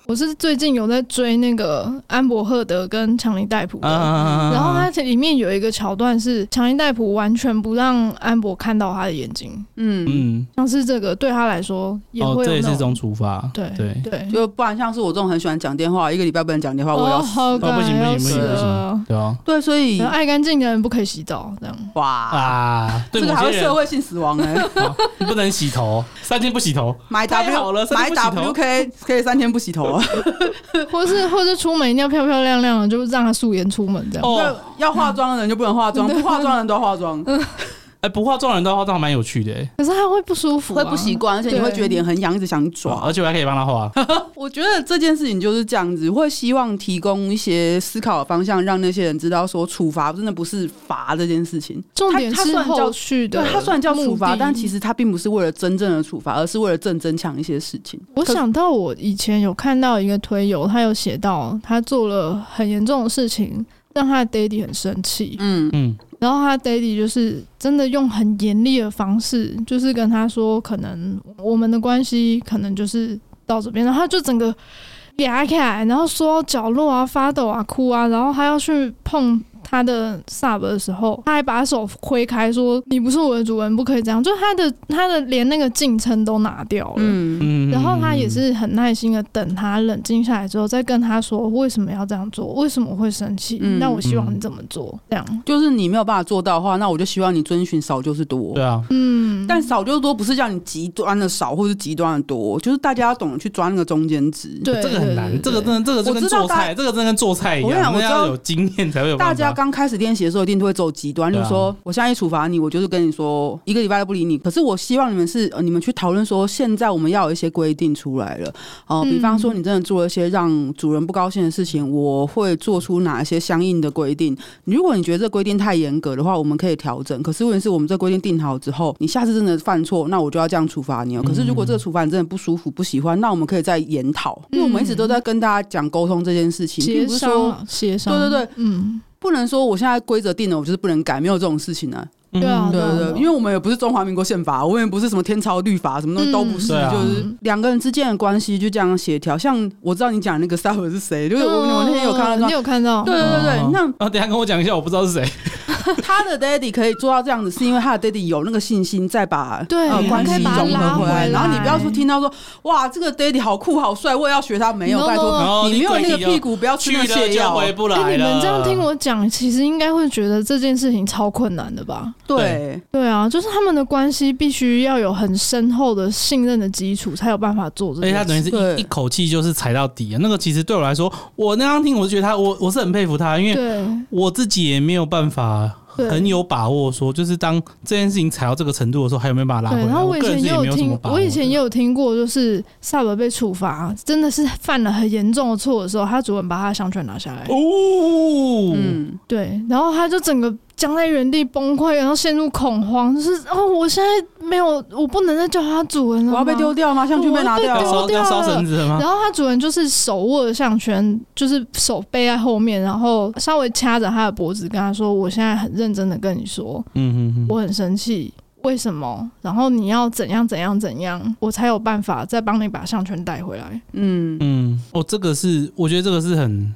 Speaker 2: 我是最近有在追那个安博赫德跟强尼戴普的。
Speaker 3: 啊
Speaker 2: 然后
Speaker 3: 啊
Speaker 2: 它里面有一个桥段是强尼戴普完全不让安博看到他的眼睛，
Speaker 1: 嗯，
Speaker 3: 嗯，
Speaker 2: 像是这个对他来说也
Speaker 3: 哦，
Speaker 2: 会
Speaker 3: 这
Speaker 2: 有
Speaker 3: 也
Speaker 2: 那
Speaker 3: 是一
Speaker 2: 种、
Speaker 3: 种处罚，
Speaker 2: 对
Speaker 3: 哦对，
Speaker 2: 对，
Speaker 1: 就不然像是我这种很喜欢讲电话，一个礼拜不能讲电话，我要
Speaker 2: 哦，
Speaker 1: 死
Speaker 2: 好感
Speaker 3: 哦不行不行
Speaker 2: 要
Speaker 3: 不行
Speaker 2: 死
Speaker 3: 不
Speaker 2: 了
Speaker 3: 行，对啊，
Speaker 1: 对，所以
Speaker 2: 然后爱干净的人不可以洗澡，这样
Speaker 1: 哇，
Speaker 3: 啊，对
Speaker 1: 这个还
Speaker 3: 某
Speaker 1: 会
Speaker 3: 些
Speaker 1: 社
Speaker 3: 人
Speaker 1: 会性死亡 哎。
Speaker 3: 你不能洗头，三天不洗头，
Speaker 1: 买
Speaker 3: 太好
Speaker 1: W
Speaker 3: 了三
Speaker 1: 买
Speaker 3: 天不洗头
Speaker 1: WK 可以三天不洗头啊，
Speaker 2: 或是或是出门一定要漂漂亮亮的，就让他素颜出门这样。
Speaker 3: 哦，
Speaker 1: 要化妆的人就不能化妆，不化妆的人都要化妆，
Speaker 3: 哎、不化妆人的话，倒还蛮有趣的、哎
Speaker 2: 可是他会不舒服、啊，
Speaker 1: 会不习惯，而且你会觉得脸很痒，一直想
Speaker 3: 哇，
Speaker 1: 抓。
Speaker 3: 而且我还可以帮他画，
Speaker 1: 我觉得这件事情就是这样子，会希望提供一些思考的方向，让那些人知道说处罚真的不是罚这件事情。
Speaker 2: 重点
Speaker 1: 它它
Speaker 2: 是
Speaker 1: 虽然叫
Speaker 2: 后续的
Speaker 1: 对，
Speaker 2: 目的，
Speaker 1: 它虽然叫处罚，但其实它并不是为了真正的处罚，而是为了正增强一些事情。
Speaker 2: 我
Speaker 1: 可
Speaker 2: 想到我以前有看到一个推友，他有写到他做了很严重的事情，让他的 daddy 很生气，
Speaker 1: 嗯，
Speaker 3: 嗯，
Speaker 2: 然后他 daddy 就是真的用很严厉的方式，就是跟他说，可能我们的关系可能就是到这边，然后他就整个压起来，然后缩到角落啊，发抖啊，哭啊，然后他要去碰。他的 sub 的时候，他还把手挥开，说：“你不是我的主人，不可以这样。”就他的他的连那个敬称都拿掉了，
Speaker 1: 嗯，
Speaker 3: 嗯，
Speaker 2: 然后他也是很耐心的等他冷静下来之后，再跟他说为什么要这样做，为什么会生气，
Speaker 1: 嗯
Speaker 2: 那我希望你怎么做，这样，
Speaker 1: 就是你没有办法做到的话，那我就希望你遵循少就是多。
Speaker 3: 对啊，
Speaker 2: 嗯，
Speaker 1: 但少就是多，不是叫你极端的少或是极端的多，就是大家要懂得去抓那个中间值。
Speaker 2: 对
Speaker 3: 嗯这个很难，这个真
Speaker 2: 的，
Speaker 3: 的，这个就跟
Speaker 1: 我知道
Speaker 3: 做菜，这个真的跟做菜一
Speaker 1: 我跟你
Speaker 3: 样，
Speaker 1: 讲
Speaker 3: 那
Speaker 1: 我知道
Speaker 3: 要有经验才会有办
Speaker 1: 大
Speaker 3: 法。
Speaker 1: 家刚开始练习的时候，一定都会走极端，就
Speaker 3: 对啊
Speaker 1: 是说、我现在一处罚你，我就是跟你说一个礼拜都不理你。可是我希望你们是、呃你们去讨论说，现在我们要有一些规定出来了，哦、
Speaker 2: 嗯
Speaker 1: 比方说你真的做了一些让主人不高兴的事情，我会做出哪一些相应的规定。如果你觉得这规定太严格的话，我们可以调整。可是问题是我们这规定定好之后，你下次真的犯错，那我就要这样处罚
Speaker 3: 嗯
Speaker 1: 你哦。可是如果这个处罚你真的不舒服、不喜欢，那我们可以再研讨，因为我们一直都在跟大家讲沟通这件事情，并
Speaker 2: 协
Speaker 1: 不是说
Speaker 2: 商啊，协商，
Speaker 1: 对对对，
Speaker 2: 嗯，
Speaker 1: 不能说我现在规则定了，我就是不能改，没有这种事情呢、
Speaker 3: 嗯
Speaker 2: 对啊，
Speaker 1: 对
Speaker 2: 啊
Speaker 1: 对对，因为我们也不是中华民国宪法，我们也不是什么天朝律法，什么东西都不是，
Speaker 3: 嗯对啊
Speaker 1: 就是两个人之间的关系就这样协调。像我知道你讲那个 s a r 是谁，就是我我那天有看到
Speaker 2: 嗯你
Speaker 1: 说，
Speaker 2: 有看到？
Speaker 1: 对对对对，那
Speaker 3: 啊，等一下跟我讲一下，我不知道是谁。
Speaker 1: 他的 daddy 可以做到这样子，是因为他的 daddy 有那个信心，再把
Speaker 2: 对
Speaker 1: 呃、关系
Speaker 3: 可以
Speaker 1: 融
Speaker 3: 把他
Speaker 1: 合
Speaker 3: 拉
Speaker 1: 回
Speaker 3: 回
Speaker 1: 来。
Speaker 3: 来
Speaker 1: 然后你不要说听到说哇，这个 daddy 好酷好帅，我也要学他。没有，
Speaker 2: No，
Speaker 1: 拜
Speaker 3: 然
Speaker 1: 托
Speaker 3: 后
Speaker 1: 你没有那个
Speaker 3: 跪地就
Speaker 1: 屁股，不要吃
Speaker 3: 去
Speaker 1: 那
Speaker 3: 了
Speaker 1: 泻
Speaker 3: 就
Speaker 1: 药
Speaker 3: 回。不来
Speaker 2: 哎、
Speaker 3: 了。
Speaker 2: 你们这样听我讲，其实应该会觉得这件事情超困难的吧？
Speaker 1: 对，
Speaker 2: 对啊，就是他们的关系必须要有很深厚的信任的基础，才有办法做这
Speaker 3: 而且
Speaker 2: 件
Speaker 3: 哎他
Speaker 2: 事。
Speaker 3: 等于是
Speaker 1: 对
Speaker 3: 一一口气就是踩到底啊！那个其实对我来说，我那样听，我就觉得他，我我是很佩服他，因为
Speaker 2: 对
Speaker 3: 我自己也没有办法
Speaker 2: 对
Speaker 3: 很有把握说，就是当这件事情踩到这个程度的时候，还有没有把它拉回
Speaker 2: 对，
Speaker 3: 来。
Speaker 2: 然后
Speaker 3: 我
Speaker 2: 我以
Speaker 3: 个人
Speaker 2: 前
Speaker 3: 是
Speaker 2: 也
Speaker 3: 也没有什么
Speaker 2: 听，
Speaker 3: 把握
Speaker 2: 我
Speaker 3: 的。
Speaker 2: 以前也有听过，就是萨尔被处罚，真的是犯了很严重的错的时候，他主人把他的项圈拿下来，
Speaker 3: 哦，
Speaker 1: 嗯，
Speaker 2: 对，然后他就整个僵在原地崩溃，然后陷入恐慌，就是哦，我现在没有，我不能再叫他主人了，
Speaker 1: 我要被丢。掉吗？项圈被拿掉
Speaker 3: 要
Speaker 2: 我被丢
Speaker 1: 了。
Speaker 2: 掉
Speaker 3: 烧要烧
Speaker 2: 了
Speaker 3: 绳子了吗？
Speaker 2: 然后他主人就是手握着项圈，就是手背在后面，然后稍微掐着他的脖子，跟他说：“我现在很认真的跟你说，
Speaker 3: 嗯嗯嗯，
Speaker 2: 我很生气，为什么？然后你要怎样怎样怎样，我才有办法再帮你把项圈带回来。
Speaker 1: 嗯，
Speaker 3: 嗯，哦，这个是，我觉得这个是很，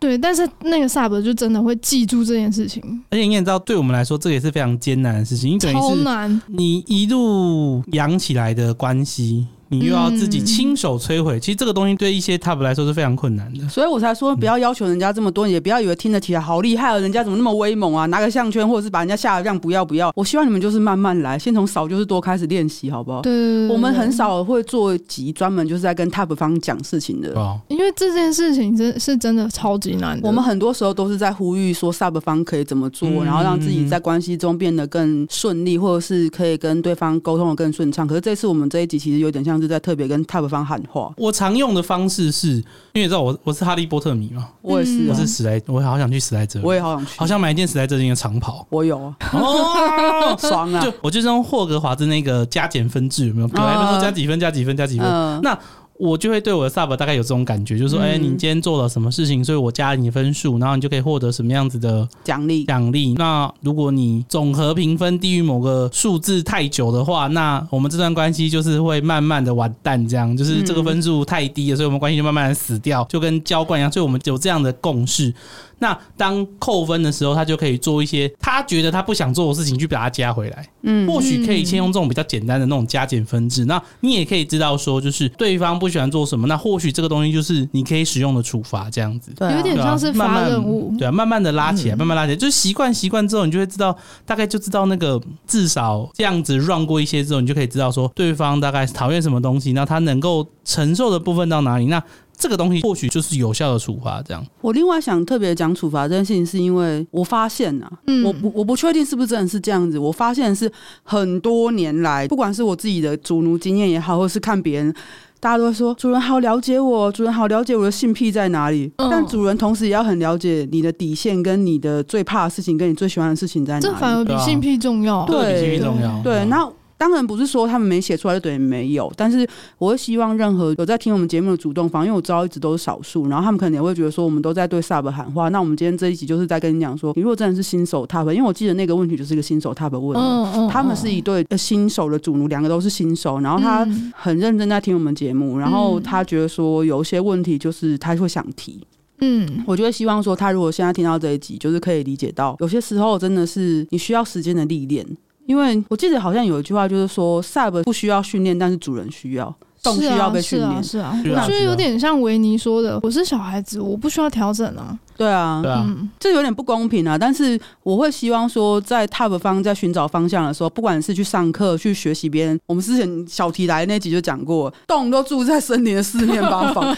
Speaker 2: 对，但是那个萨博就真的会记住这件事情，
Speaker 3: 而且你也知道，对我们来说，这个也是非常艰难的事情，你等于
Speaker 2: 超
Speaker 3: 是
Speaker 2: 难。
Speaker 3: 你一路养起来的关系，你又要自己亲手摧
Speaker 1: 嗯
Speaker 3: 毁。其实这个东西对一些 top 来说是非常困难的。
Speaker 1: 所以我才说不
Speaker 3: 嗯
Speaker 1: 要要求人家这么多，也不要以为听得起来好厉害哦，人家怎么那么威猛啊？拿个项圈或者是把人家吓得这样，不要不要。我希望你们就是慢慢来，先从少就是多开始练习，好不好？
Speaker 2: 对对对，
Speaker 1: 我们很
Speaker 2: 少。
Speaker 1: 少会做集专门就是在跟 Top 方讲事情的，
Speaker 3: 哦，
Speaker 2: 因为这件事情真是真的超级难的。
Speaker 1: 我们很多时候都是在呼吁说 sub 方可以怎么做，
Speaker 3: 嗯
Speaker 1: 然后让自己在关系中变得更顺利，或者是可以跟对方沟通的更顺畅。可是这次我们这一集其实有点像是在特别跟 top 方喊话，
Speaker 3: 我常用的方式是，因为你知道我我是哈利波特迷嘛，
Speaker 1: 我也是、
Speaker 3: 嗯我
Speaker 1: 啊
Speaker 3: 是，史莱，我好想去史莱哲林，
Speaker 1: 我也好想去，
Speaker 3: 好像买一件史莱哲林的 长袍。
Speaker 1: 我 有啊，，
Speaker 3: 哦
Speaker 1: 爽啊
Speaker 3: 就，我就是用霍格华兹那个加减分制，有没有？哎格莱芬多加几分，加几分，加几分。
Speaker 1: 嗯
Speaker 3: 那我就会对我的 sub 大概有这种感觉，就是说，哎、
Speaker 1: 嗯
Speaker 3: 你今天做了什么事情，所以我加了你分数，然后你就可以获得什么样子的
Speaker 1: 奖励，
Speaker 3: 奖励。那如果你总和评分低于某个数字太久的话，那我们这段关系就是会慢慢的完蛋，这样就是这个分数太低了，所以我们关系就慢慢的死掉，就跟浇灌一样。所以我们有这样的共识。那当扣分的时候，他就可以做一些他觉得他不想做的事情，去把它加回来。
Speaker 1: 嗯
Speaker 3: 或许可以先用这种比较简单的那种加减分制。那你也可以知道说，就是对方不喜欢做什么，那或许这个东西就是你可以使用的处罚这样子。
Speaker 1: 对啊、
Speaker 2: 有点
Speaker 3: 对啊
Speaker 2: 像是
Speaker 3: 慢
Speaker 2: 发
Speaker 3: 慢
Speaker 2: 任务嗯
Speaker 3: 对啊，慢慢的拉起来，慢慢拉起来，就是习惯习惯之后，你就会知道，大概就知道那个至少这样子 run 过一些之后，你就可以知道说对方大概讨厌什么东西，那他能够承受的部分到哪里，那这个东西或许就是有效的处罚，这样。
Speaker 1: 我另外想特别讲处罚这件事情，是因为我发现啊，
Speaker 2: 嗯
Speaker 1: 我不我不确定是不是真的是这样子。我发现是很多年来，不管是我自己的主奴经验也好，或是看别人，大家都会说主人好了解我，主人好了解我的性癖在哪里。
Speaker 2: 嗯
Speaker 1: 但主人同时也要很了解你的底线，跟你的最怕的事情，跟你最喜欢的事情在
Speaker 2: 这反
Speaker 1: 哪里。
Speaker 2: 而比
Speaker 3: 对啊
Speaker 2: 性癖重要。
Speaker 1: 对
Speaker 3: 这个比性欲重
Speaker 2: 哦
Speaker 3: 要。
Speaker 1: 对，
Speaker 3: 嗯
Speaker 1: 那。当然不是说他们没写出来就等于没有，但是我会希望任何有在听我们节目的主动方，因为我知道一直都是少数，然后他们可能也会觉得说我们都在对 Sub 喊话，那我们今天这一集就是在跟你讲说，你如果真的是新手 Top，因为我记得那个问题就是一个新手 Top 问的，
Speaker 2: 嗯嗯，
Speaker 1: 他们是一对呃新手的主奴，两个都是新手，然后他
Speaker 2: 嗯
Speaker 1: 很认真在听我们节目，然后
Speaker 2: 嗯
Speaker 1: 他觉得说有一些问题就是他会想提，
Speaker 2: 嗯
Speaker 1: 我就会希望说他如果现在听到这一集，就是可以理解到有些时候真的是你需要时间的历练，因为我记得好像有一句话就是说 Sub 不需要训练，但是主人需要，动需
Speaker 2: 是啊
Speaker 1: 要被训练，
Speaker 2: 是啊，
Speaker 3: 需
Speaker 2: 是
Speaker 3: 要
Speaker 2: 啊，我觉
Speaker 3: 需
Speaker 2: 得
Speaker 3: 要
Speaker 2: 有点像维尼说的，我是小孩子，我不需要调整啊。
Speaker 1: 对啊
Speaker 3: 对，啊，
Speaker 2: 嗯，
Speaker 1: 这有点不公平啊！但是我会希望说，在 Top 方在寻找方向的时候，不管是去上课、去学习别人，我们之前小提来那集就讲过，洞都住在森林的四面八 方，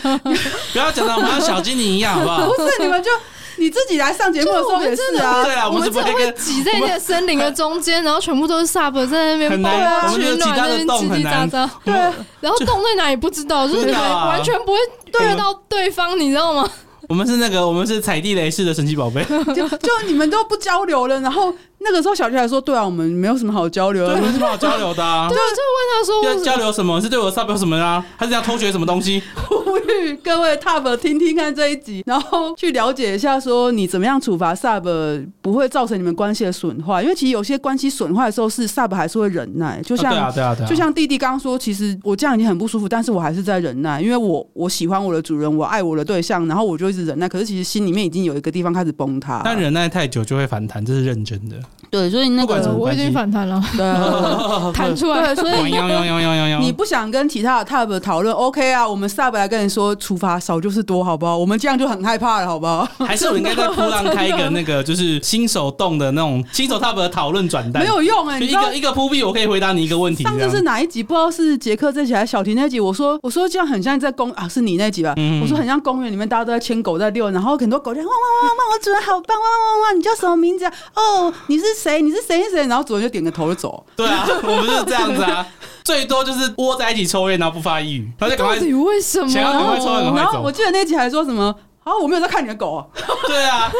Speaker 3: 不要讲到我们像小精灵一样，好不好
Speaker 1: 不？是你们就你自己来上节目的时候也是啊，
Speaker 3: 对啊，我
Speaker 2: 我
Speaker 3: 们是
Speaker 2: 们
Speaker 3: 不
Speaker 2: 真的
Speaker 3: 会跟
Speaker 2: 会挤在那个森林的中间，然后全部都是 sub 在那边
Speaker 3: 很
Speaker 2: 抱
Speaker 3: 难
Speaker 2: 啊
Speaker 3: 我们
Speaker 2: 取
Speaker 3: 就
Speaker 2: 暖，
Speaker 3: 挤他
Speaker 2: 那
Speaker 3: 的
Speaker 2: 边
Speaker 3: 洞
Speaker 2: 叽
Speaker 3: 很
Speaker 2: 叽喳
Speaker 3: 难
Speaker 2: 喳。
Speaker 1: 对啊，
Speaker 2: 然后洞在哪里不知 道，就是你
Speaker 3: 不知道啊嗯
Speaker 2: 完全不会对到对方，你知道吗？
Speaker 3: 我们是那个我们是踩地雷式的神奇宝贝，
Speaker 1: 就就你们都不交流了，然后那个时候小杰还说：“对啊，我们没有什么好交流
Speaker 3: 对，
Speaker 1: 的。
Speaker 3: 没什么好交流的啊。
Speaker 2: 他说
Speaker 3: 要
Speaker 2: 我
Speaker 3: 交流什么？是对我 sub 有什么啊？还是要偷学什么东西？”
Speaker 1: 呼吁 各位 Tub 听听看这一集，然后去了解一下，说你怎么样处罚 Sub 不会造成你们关系的损坏。因为其实有些关系损坏的时候，是 Sub 还是会忍耐，就像、
Speaker 3: 啊对啊，对啊，对啊，
Speaker 1: 就像弟弟刚刚说，其实我这样已经很不舒服，但是我还是在忍耐，因为我我喜欢我的主人，我爱我的对象，然后我就一直忍耐。可是其实心里面已经有一个地方开始崩塌了。
Speaker 3: 但忍耐太久就会反弹，这是认真的。
Speaker 1: 对，所以那
Speaker 3: 不管什
Speaker 1: 个
Speaker 3: 么
Speaker 2: 呃我
Speaker 3: 哦关
Speaker 2: 已
Speaker 3: 系
Speaker 2: 经反弹了，
Speaker 1: 对啊
Speaker 2: 弹出来
Speaker 1: 对，所
Speaker 3: 汪
Speaker 1: 以
Speaker 3: 洋洋洋洋洋洋
Speaker 1: 你不想跟其他的 Tab 讨论，OK 啊？我们 Sub 来跟你说，处罚少就是多，好不好？我们这样就很害怕了，好不好？
Speaker 3: 还是我应该在铺浪开一个那个就是新手动的那种新手 tab 的讨论转单，
Speaker 1: 没有用哎、
Speaker 3: 就
Speaker 1: 你
Speaker 3: 一啊
Speaker 1: 知道
Speaker 3: 个一个铺币，我可以回答你一个问题。
Speaker 1: 上
Speaker 3: 这
Speaker 1: 次
Speaker 3: 样
Speaker 1: 是哪一集？不知道是杰克这集还是小婷那集。我说我说这样很像在公啊，是你那集吧？
Speaker 3: 嗯
Speaker 1: 我说很像公园里面大家都在牵狗在遛，然后很多狗在汪汪汪汪汪，我主人好棒，汪汪汪汪，你叫什么名字啊？哦，你是谁？你是谁谁谁？然后主人就点个头就 走。
Speaker 3: 对啊，我们就是这样子啊，最多就是窝在一起抽烟，然后不发一语，然后就赶
Speaker 2: 到
Speaker 3: 快
Speaker 2: 底为什么？哦
Speaker 3: 想要赶快抽啊完赶快
Speaker 1: 然后
Speaker 3: 走
Speaker 1: 我记得那集还说什么？啊！我没有在看你的狗、啊，
Speaker 3: 对啊，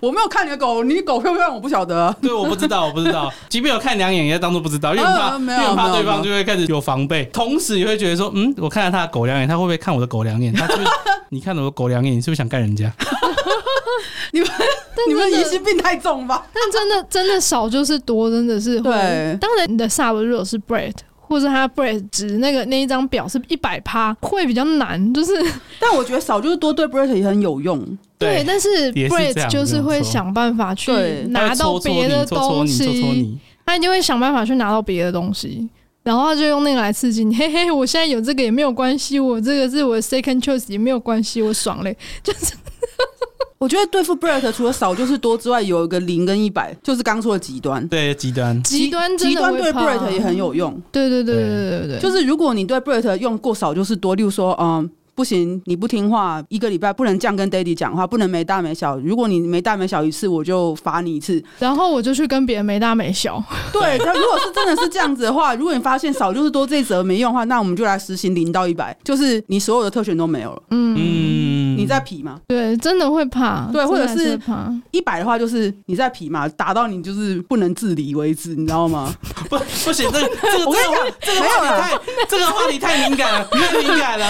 Speaker 1: 我没有看你的狗，你狗漂不漂亮我不晓得、啊。
Speaker 3: 对，我不知道，我不知道，即便有看两眼，也当做不知道，因为很怕，
Speaker 1: 呃
Speaker 3: 因
Speaker 1: 没
Speaker 3: 为
Speaker 1: 有
Speaker 3: 很怕
Speaker 1: 没有
Speaker 3: 对
Speaker 1: 没
Speaker 3: 方
Speaker 1: 有
Speaker 3: 就会开始有防备，同时也会觉得说，嗯，我看了他的狗两眼，他会不会看我的狗两眼？他是 不是你看了我的狗两眼，你是不是想干人家？
Speaker 2: 但
Speaker 1: 你们
Speaker 2: 真
Speaker 1: 疑
Speaker 2: 的
Speaker 1: 心病太重吧？
Speaker 2: 但真的 真的少就是多，真的是会
Speaker 1: 对
Speaker 2: 当然，你的 sub 如果是 bread。或者他 bread 值那个那一张表是一百趴，会比较难，就是
Speaker 1: 但我觉得少就是多对 Brett 也很有用。
Speaker 2: 对，但是
Speaker 3: 也是这
Speaker 2: bread
Speaker 3: 样
Speaker 2: 就是
Speaker 3: 没
Speaker 2: 会
Speaker 3: 有错
Speaker 2: 想办法去
Speaker 1: 对
Speaker 3: 他会
Speaker 2: 拿到
Speaker 3: 戳戳
Speaker 2: 别
Speaker 3: 你
Speaker 2: 的
Speaker 3: 戳戳
Speaker 2: 东
Speaker 3: 你，戳戳
Speaker 2: 西，
Speaker 3: 你。
Speaker 2: 他一定会想办法去拿到别的东西，然后他就用那个来刺激你。嘿嘿，我现在有这个也没有关系，我这个是我的 second choice 也没有关系，我爽嘞。就是
Speaker 1: 我觉得对付 Brett 除了少就是多之外，有一个零跟一百，就是刚说的极端。
Speaker 3: 对，极端。
Speaker 2: 极端真
Speaker 1: 极
Speaker 2: 的
Speaker 1: 端
Speaker 2: 会
Speaker 1: 对
Speaker 2: 怕
Speaker 1: Brett 也很有用。
Speaker 2: 对对对对对对对，
Speaker 1: 就是如果你对 Brett 用过少就是多，例如说，嗯，不行，你不听话，一个礼拜不能这样跟 Daddy 讲话，不能没大没小。如果你没大没小一次，我就罚你一次。
Speaker 2: 然后我就去跟别人没大没小，
Speaker 1: 对， 但如果是真的是这样子的话，如果你发现少就是多这一则没用的话，那我们就来实行零到一百，就是你所有的特权都没有了，
Speaker 2: 嗯，
Speaker 3: 嗯，
Speaker 1: 你在 皮嘛？
Speaker 2: 对，真的会怕，
Speaker 1: 对
Speaker 2: 真的
Speaker 1: 或者
Speaker 2: 还是
Speaker 1: 是
Speaker 2: 会怕，
Speaker 1: 一百的话就是你在皮嘛，打到你就是不能自理为止，你知道吗？
Speaker 3: 不不行，这个 这
Speaker 1: 我
Speaker 3: 个
Speaker 1: 跟你讲，
Speaker 3: 这个
Speaker 1: 没有啦
Speaker 3: 话题太这个话题太敏感了，太敏感了，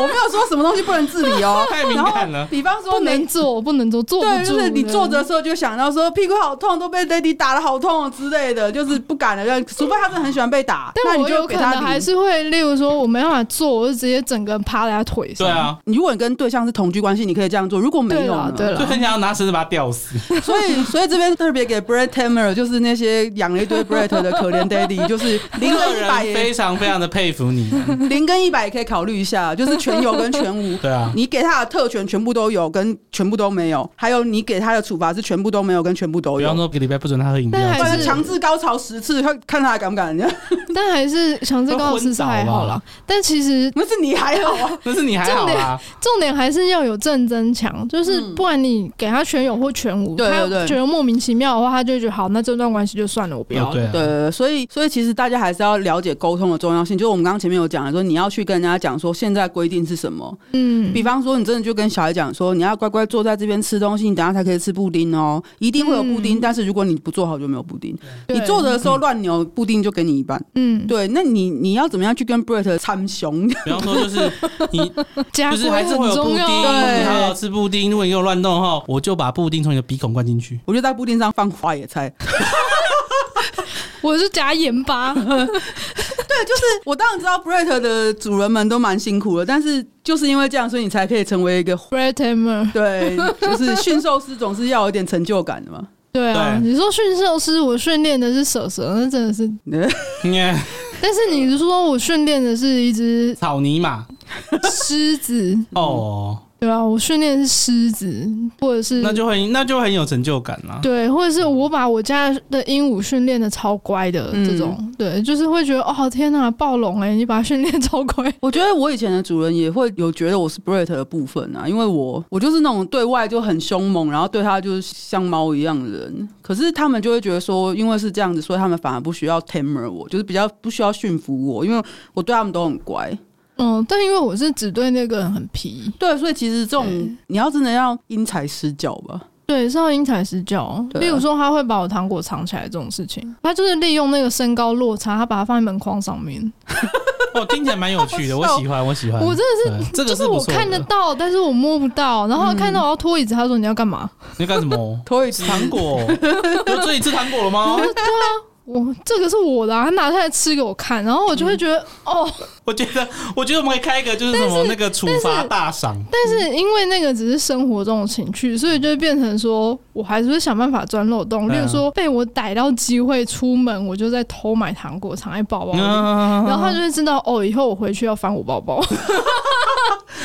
Speaker 1: 我没有说什么东西不能自理哦，
Speaker 3: 太敏
Speaker 1: 然后
Speaker 3: 感了
Speaker 1: 比方说
Speaker 2: 不能
Speaker 1: 你
Speaker 2: 坐，不能坐，坐不
Speaker 1: 对，
Speaker 2: 住。
Speaker 1: 就是你坐着的时候就想到说屁股好痛，都被 Daddy 打的好痛哦之类的，就是不敢了。除非他真的很喜欢被打，那
Speaker 2: 但
Speaker 1: 你
Speaker 2: 我有
Speaker 1: 就给
Speaker 2: 可
Speaker 1: 他
Speaker 2: 能还
Speaker 1: 理。
Speaker 2: 是会，例如说我没办法坐，我就直接整个人趴在他腿上。
Speaker 3: 对，啊，
Speaker 1: 你如果你跟对象是同居关系，你可以这样做；如果没啊
Speaker 2: 对
Speaker 1: 有
Speaker 2: 了
Speaker 1: 呢，
Speaker 2: 对
Speaker 3: 就
Speaker 2: 了，
Speaker 3: 很想要拿绳子把他吊死。
Speaker 1: 所以所以这边特别给 Brett Tamer，就是那些养了一堆 Brett 的可怜 Daddy，就是 零
Speaker 3: 个
Speaker 1: 跟一百
Speaker 3: 人非
Speaker 1: 也
Speaker 3: 常非常的佩服你，
Speaker 1: 零跟一百也可以考虑一下，就是全有跟全无。
Speaker 3: 对 啊，
Speaker 1: 你给他的特权全部都有，跟全部都没有；还有你给他的处罚是全部都没有，跟全部都
Speaker 3: 比
Speaker 1: 有
Speaker 3: 方。说一个礼拜不准他喝饮料，
Speaker 2: 但
Speaker 1: 不
Speaker 2: 还
Speaker 1: 然
Speaker 2: 是
Speaker 1: 强制高潮十次，看看他敢不敢。 那
Speaker 2: 但还是强制告知是还好
Speaker 3: 会昏倒
Speaker 2: 啦。但其实
Speaker 1: 是你还好啊，
Speaker 3: 但是你还好啊，
Speaker 2: 重点还是要有正增强，就是
Speaker 1: 嗯
Speaker 2: 不然你给他全有或全无，
Speaker 1: 对对对
Speaker 2: 他觉得莫名其妙的话，他就会觉得好，那这段关系就算了，我不要了。
Speaker 3: 哦对啊，
Speaker 1: 对，所以所以其实大家还是要了解沟通的重要性。就是我们刚刚前面有讲的说，你要去跟人家讲说现在规定是什么。
Speaker 2: 嗯，
Speaker 1: 比方说，你真的就跟小孩讲说，你要乖乖坐在这边吃东西，你等下才可以吃布丁哦，一定会有布丁。
Speaker 2: 嗯
Speaker 1: 但是如果你不做好，就没有布丁。
Speaker 2: 对
Speaker 1: 你做的时候乱扭，布丁就给你一半。
Speaker 2: 嗯，
Speaker 1: 对，那你你要怎么样去跟 Brett 参雄？
Speaker 3: 比方说就是 你
Speaker 2: 家
Speaker 3: 就是
Speaker 2: 规
Speaker 3: 还是
Speaker 2: 很
Speaker 3: 会有布
Speaker 2: 重
Speaker 3: 丁，
Speaker 2: 要
Speaker 1: 啊
Speaker 2: 啊
Speaker 1: 对
Speaker 3: 你好好吃布丁，如果你给我乱动的话，我就把布丁从你的鼻孔灌进去。
Speaker 1: 我就在布丁上放花野菜。
Speaker 2: 我是夹盐 巴，
Speaker 1: 我当然知道 Brett 的主人们都蛮辛苦的，但是就是因为这样，所以你才可以成为一 个
Speaker 2: Brett Tamer，
Speaker 1: 对，就是驯兽师总是要有一点成就感的嘛。
Speaker 2: 对啊，
Speaker 3: 对
Speaker 2: 你说驯兽师，我训练的是蛇蛇，那真的是。
Speaker 3: 嗯
Speaker 2: 但是你说我训练的是一只
Speaker 3: 草泥马
Speaker 2: 狮子，
Speaker 3: 哦，
Speaker 2: 对吧、我训练的是狮子，或者是
Speaker 3: 那就很那就很有成就感啦。
Speaker 2: 对，或者是我把我家的鹦鹉训练的超乖的
Speaker 1: 嗯
Speaker 2: 这种，对，就是会觉得哦天哪，暴龙哎、你把它训练超 乖，
Speaker 1: 我觉得我以前的主人也会有觉得我是 Brett 的部分啊，因为我我就是那种对外就很凶猛，然后对他就是像猫一样的人。可是他们就会觉得说，因为是这样子，所以他们反而不需要 tamer 我，就是比较不需要驯服我，因为我对他们都很乖。
Speaker 2: 嗯，但因为我是只对那个人很皮，
Speaker 1: 对，所以其实这种
Speaker 2: 对
Speaker 1: 你要真的要因材施教吧。
Speaker 2: 对，是要因材施教。
Speaker 1: 对啊？
Speaker 2: 例如说，他会把我糖果藏起来这种事情，他就是利用那个身高落差，他把它放在门框上面。
Speaker 3: 哦，听起来蛮有 趣的，我喜欢，我喜欢。
Speaker 2: 我真的
Speaker 3: 的是这个
Speaker 2: 就是
Speaker 3: 是不
Speaker 2: 我
Speaker 3: 错的嗯
Speaker 2: 看得到，但是我摸不到。然后他看到我要拖椅子，他说你要干嘛？
Speaker 3: 你要干什么
Speaker 1: 拖一次
Speaker 3: 吃糖果？有这一吃糖果了吗？
Speaker 2: 我这个是我的、啊，他拿下来吃给我看，然后我就会觉得、
Speaker 3: 嗯
Speaker 2: 哦，
Speaker 3: 我觉得，我觉得我们可以开一个就是什么那个处罚大赏，
Speaker 2: 但是因为那个只是生活中的情趣，所以就会变成说我还是会想办法钻漏洞。
Speaker 3: 对啊
Speaker 2: 例如说被我逮到机会出门，我就在偷买糖果藏在包包里。
Speaker 3: 嗯，
Speaker 2: 然后他就会知道哦，以后我回去要翻我包包。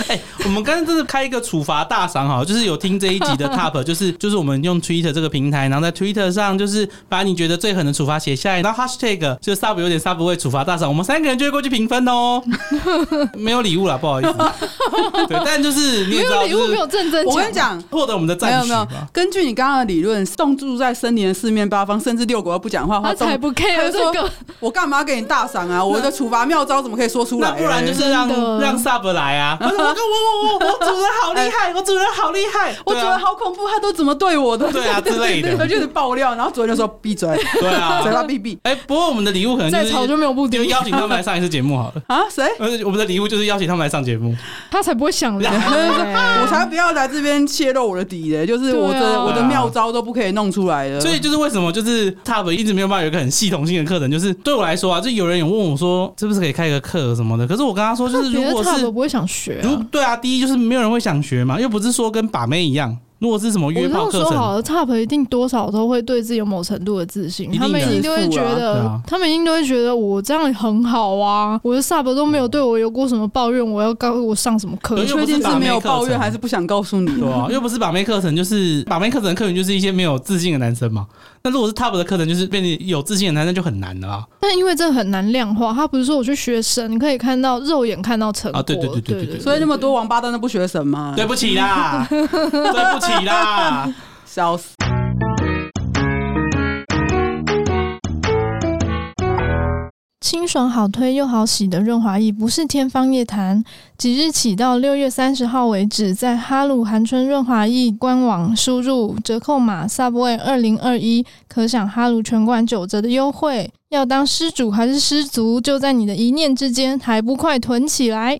Speaker 3: 我们刚刚真的开一个处罚大赏好了，就是有听这一集 的 TOP，就是就是我们用 Twitter 这个平台，然后在 Twitter 上就是把你觉得最狠的处罚写下来，然后 Hashtag 就是 Sub 有点 Sub 会处罚大赏，我们三个人就会过去评分 哦。没有礼物啦，不好意思。对，但就是你
Speaker 2: 没
Speaker 3: 也知道，
Speaker 2: 有礼物，
Speaker 3: 就
Speaker 2: 没
Speaker 3: 是
Speaker 2: 有正增
Speaker 1: 我
Speaker 2: 强
Speaker 1: 跟你。讲，
Speaker 3: 获得我们的
Speaker 1: 没
Speaker 3: 赞
Speaker 1: 有
Speaker 3: 许
Speaker 1: 没有
Speaker 3: 吧。，
Speaker 1: 根据你刚刚的理论，冻住在森林的四面八方，甚至遛狗要不讲话，
Speaker 2: 他
Speaker 1: 动
Speaker 2: 才不 care
Speaker 1: 他就说
Speaker 2: 这个，
Speaker 1: 我干嘛给你大赏啊？我的处罚妙招怎么可以说出来
Speaker 3: 那
Speaker 1: 嘞？
Speaker 3: 不然就是让
Speaker 2: 真的
Speaker 3: 让 Sub 来啊！我我我我主人好厉害，我主人好厉害，
Speaker 1: 哎我
Speaker 3: 对
Speaker 1: 主
Speaker 3: 啊
Speaker 1: 人好恐怖，他都怎么对我的？
Speaker 3: 对啊之类的
Speaker 1: 他就是爆料，然后主人就说闭嘴，
Speaker 3: 对
Speaker 1: 嘴
Speaker 3: 啊。
Speaker 1: 巴闭闭
Speaker 3: 哎，不过我们的礼物可能
Speaker 2: 再
Speaker 3: 呃就是
Speaker 2: 吵就没有目
Speaker 3: 就
Speaker 2: 的，
Speaker 3: 邀请他们来上一次节目好了。
Speaker 1: 啊！谁？
Speaker 3: 而且我们的礼物就是邀请他们来上节目，
Speaker 2: 他才不会 想的。
Speaker 1: 我才不要来这边泄露我的底嘞！就是我
Speaker 2: 对啊
Speaker 1: 的我的妙招都不可以弄出来的。
Speaker 3: 所以就是为什么就是 TOP 一直没有办法有一个很系统性的课程，就是对我来说啊，就有人有问我说是不是可以开一个课什么的，可是我跟他说就是如
Speaker 2: 别
Speaker 3: 果
Speaker 2: 的差
Speaker 3: 是
Speaker 2: 我不会想学、
Speaker 3: 如
Speaker 2: 啊。
Speaker 3: 对啊，第一就是没有人会想学嘛，又不是说跟把妹一样，如果是什么
Speaker 2: 我
Speaker 3: 约
Speaker 2: 这
Speaker 3: 炮
Speaker 2: 样
Speaker 3: 课
Speaker 2: 说好
Speaker 3: 程，
Speaker 2: 了，top 一定多少都会对自己有某程度的自信，
Speaker 3: 定的
Speaker 2: 他们一定都会觉
Speaker 3: 自
Speaker 2: 得，
Speaker 3: 负啊对啊
Speaker 2: 他们一定都会觉得我这样很好啊，我的 sub 都
Speaker 3: 嗯
Speaker 2: 没有对我有过什么抱怨，我要告我上什么课
Speaker 3: 对
Speaker 1: 你
Speaker 3: 因为
Speaker 1: 确定是没有抱
Speaker 3: 又不是把妹课程
Speaker 1: 怨，还是不想告诉你？
Speaker 3: 对啊，又不是把妹课程，就是把妹课程的客人就是一些没有自信的男生嘛。那如果是 TOP 的课程，就是变成有自信的男生就很难了啊。
Speaker 2: 但因为这很难量化，他不是说我去学神，你可以看到肉眼看到成果，
Speaker 3: 啊对对对对
Speaker 2: 对
Speaker 3: 对对
Speaker 1: 所以那么多王八蛋都不学神吗？
Speaker 3: 对，不起啦，对不起啦。
Speaker 1: 笑死！
Speaker 4: 清爽好推又好洗的润滑液不是天方夜谭，即日起到六月三十号为止，在哈鲁韩春润滑液官网输入折扣码 subway 二零二一，可享哈鲁全馆九折的优惠。要当失主还是失足，就在你的一念之间，还不快囤起来！